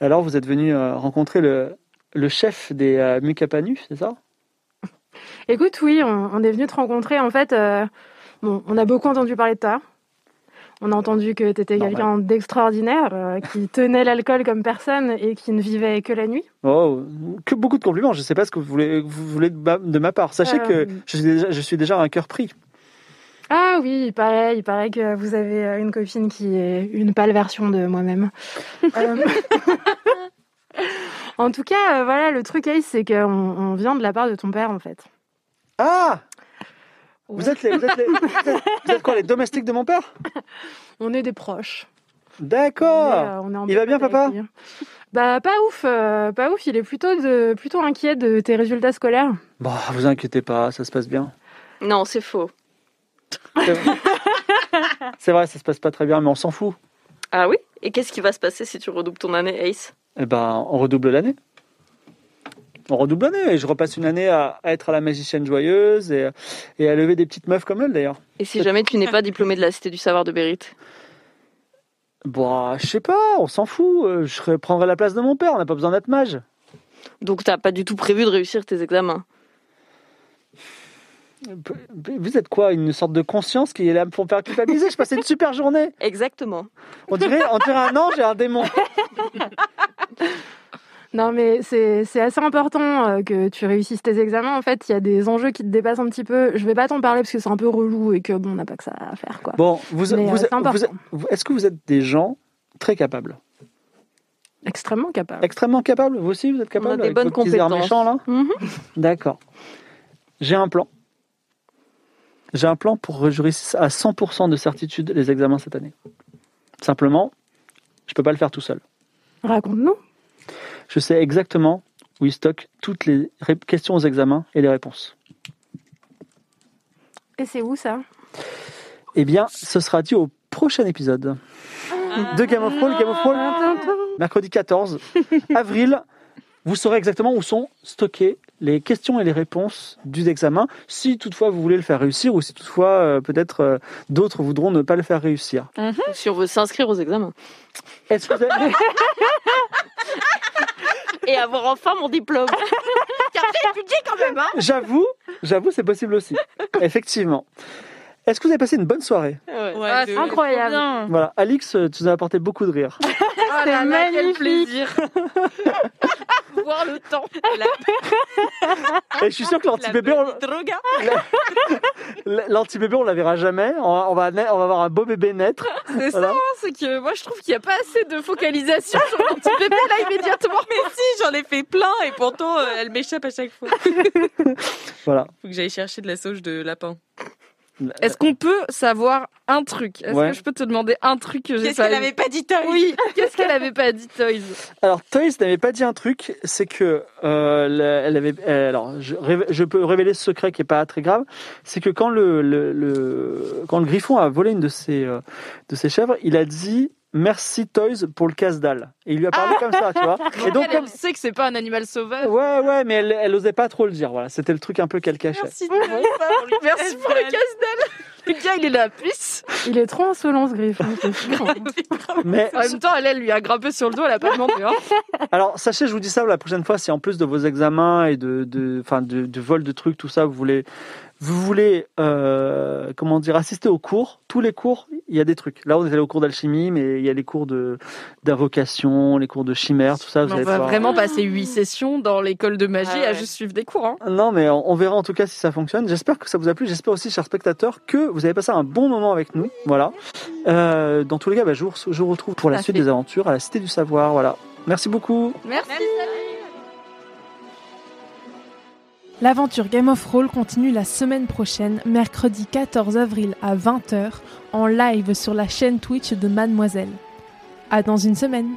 B: alors vous êtes venu euh, rencontrer le, le chef des euh, Mukapanus, c'est ça
C: Écoute, oui, on, on est venu te rencontrer. En fait, euh, bon, on a beaucoup entendu parler de toi. On a entendu que tu étais
B: Normal.
C: quelqu'un d'extraordinaire, euh, qui tenait l'alcool comme personne et qui ne vivait que la nuit.
B: Oh, que beaucoup de compliments, je ne sais pas ce que vous voulez, vous voulez de ma, de ma part. Sachez
C: Euh,
B: que je suis, déjà, je suis déjà un cœur pris.
C: Ah oui, il paraît, il paraît que vous avez euh, une copine qui est une pâle version de moi-même. Euh, en tout cas, euh, voilà, le truc, Ace, c'est qu'on on vient de la part de ton père, en fait.
B: Ah vous, êtes les, vous, êtes les- vous êtes- vous êtes quoi, les domestiques de mon père
C: On est des proches.
B: D'accord
C: Mais, euh, on est en
B: Il va bien,
C: contact
B: papa
C: avec lui. Bah pas ouf, euh, pas ouf. Il est plutôt de- plutôt inquiet de tes résultats scolaires.
B: Bon, Bah, vous inquiétez pas, ça se passe bien.
F: Non, c'est faux.
B: C'est vrai. C'est vrai, ça se passe pas très bien, mais on s'en fout.
F: Ah oui Et qu'est-ce qui va se passer si tu redoubles ton année, Ace
B: Eh ben, on redouble l'année. On redouble l'année. Et je repasse une année à, à être à la magicienne joyeuse et, et à lever des petites meufs comme elle, d'ailleurs.
F: Et si jamais tu n'es pas diplômé de la Cité du Savoir de Bérite
B: Bah, je sais pas, on s'en fout. Euh, Je serai- prendrai la place de mon père, on n'a pas besoin d'être mage.
F: Donc t'as pas du tout prévu de réussir tes examens.
B: Vous êtes quoi Une sorte de conscience qui est là pour me faire culpabiliser Je passais une super journée.
F: Exactement.
B: On dirait, on dirait un ange et un démon.
C: Non mais c'est c'est assez important euh, que tu réussisses tes examens. En fait, il y a des enjeux qui te dépassent un petit peu. Je vais pas t'en parler parce que c'est un peu relou et que bon, on n'a pas que ça à faire quoi.
B: Bon, vous,
C: Mais, euh,
B: vous-
C: c'est important.
B: vous- est-ce que vous êtes des gens très capables
C: Extrêmement capable.
B: Extrêmement capables Vous aussi, vous êtes capables
F: On a des
B: avec
F: bonnes
B: vos petits airs
F: compétences.
B: méchants, là
F: Mhm.
B: D'accord. J'ai un plan. J'ai un plan pour réjurer à 100% de certitude les examens cette année. Simplement, je ne peux pas le faire tout seul.
C: Raconte-nous.
B: Je sais exactement où il stocke toutes les ré- questions aux examens et les réponses.
C: Et c'est où ça
B: Eh bien, ce sera dit au prochain épisode de Game of Thrones. Game of Thrones, mercredi 14 avril. Vous saurez exactement où sont stockées les questions et les réponses du examen, si toutefois vous voulez le faire réussir ou si toutefois euh, peut-être euh, d'autres voudront ne pas le faire réussir.
F: Ou Si on veut s'inscrire aux examens.
B: Est-ce que vous avez-
F: Et avoir enfin mon diplôme.
B: J'avoue, j'avoue, c'est possible aussi. Effectivement. Est-ce que vous avez passé une bonne soirée
F: Ouais.
E: Ouais,
D: Ah,
E: de-
D: c'est
C: Incroyable.
D: bien.
B: Voilà, Alix, euh, tu nous as apporté beaucoup de rire.
D: là Ah là, quel
C: magnifique.
D: plaisir Voir le temps. La,
B: Et Eh, je suis sûr que l'anti-bébé, on-
D: droga.
B: l'anti-bébé, on la verra jamais. On va, on va, na- on va avoir un beau bébé naître.
D: C'est
B: Voilà.
D: ça, hein, c'est que moi je trouve qu'il n'y a pas assez de focalisation sur l'anti-bébé là immédiatement. Mais si, j'en ai fait plein et pourtant euh, elle m'échappe à chaque fois.
B: Voilà.
E: Faut que j'aille chercher de la sauge de lapin.
D: Est-ce qu'on peut savoir un truc Est-ce
B: Ouais.
D: que je peux te demander un truc que j'ai
E: Qu'est-ce qu'elle avait pas dit, Toys
D: Oui, qu'est-ce qu'elle avait pas dit, Toys
B: Alors, Toys n'avait pas dit un truc, c'est que euh, la- elle avait. euh, alors, je, révé- je peux révéler ce secret qui est pas très grave. C'est que quand le, le- le- quand le griffon a volé une de ses euh, de ses chèvres, il a dit merci Toys pour le casse dalle. Et il lui a parlé comme ça, tu vois. Et donc,
D: Elle,
B: comme-
D: elle sait que c'est pas un animal sauvage.
B: ouais, ouais, mais elle, elle osait pas trop le dire. Voilà, c'était le truc un peu qu'elle cachait.
D: Merci, Merci pour le casse-dalle. Le gars, il est là, puce.
C: Il est trop insolent ce hein, griffon. c'est sûr.
B: Mais
D: En même temps, elle, elle lui a grimpé sur le dos, elle a pas demandé. Hein.
B: Alors, sachez, je vous dis ça la prochaine fois, si en plus de vos examens et de, de, enfin, de, de vol de trucs, tout ça, vous voulez, vous voulez, euh, comment dire, assister aux cours, tous les cours, il y a des trucs. Là, on est allé au cours d'alchimie, mais il y a les cours de d'invocation, les cours de chimère, tout ça. vous
D: On
B: allez
D: va
B: pouvoir-
D: bah, vraiment passer huit sessions dans l'école de magie
E: Ouais,
D: à
E: ouais.
D: juste suivre des cours. Hein.
B: Non, mais on on verra en tout cas si ça fonctionne. J'espère que ça vous a plu. J'espère aussi, chers spectateurs, que vous avez passé un bon moment avec nous. Voilà. Euh, dans tous les cas, bah, je, vous, je vous retrouve pour la
D: Tout à
B: suite
D: fait.
B: des aventures à la Cité du Savoir. Voilà. Merci beaucoup.
D: Merci.
A: L'aventure Game of Roll continue la semaine prochaine, mercredi 14 avril à 20h, en live sur la chaîne Twitch de Mademoiselle. À dans une semaine!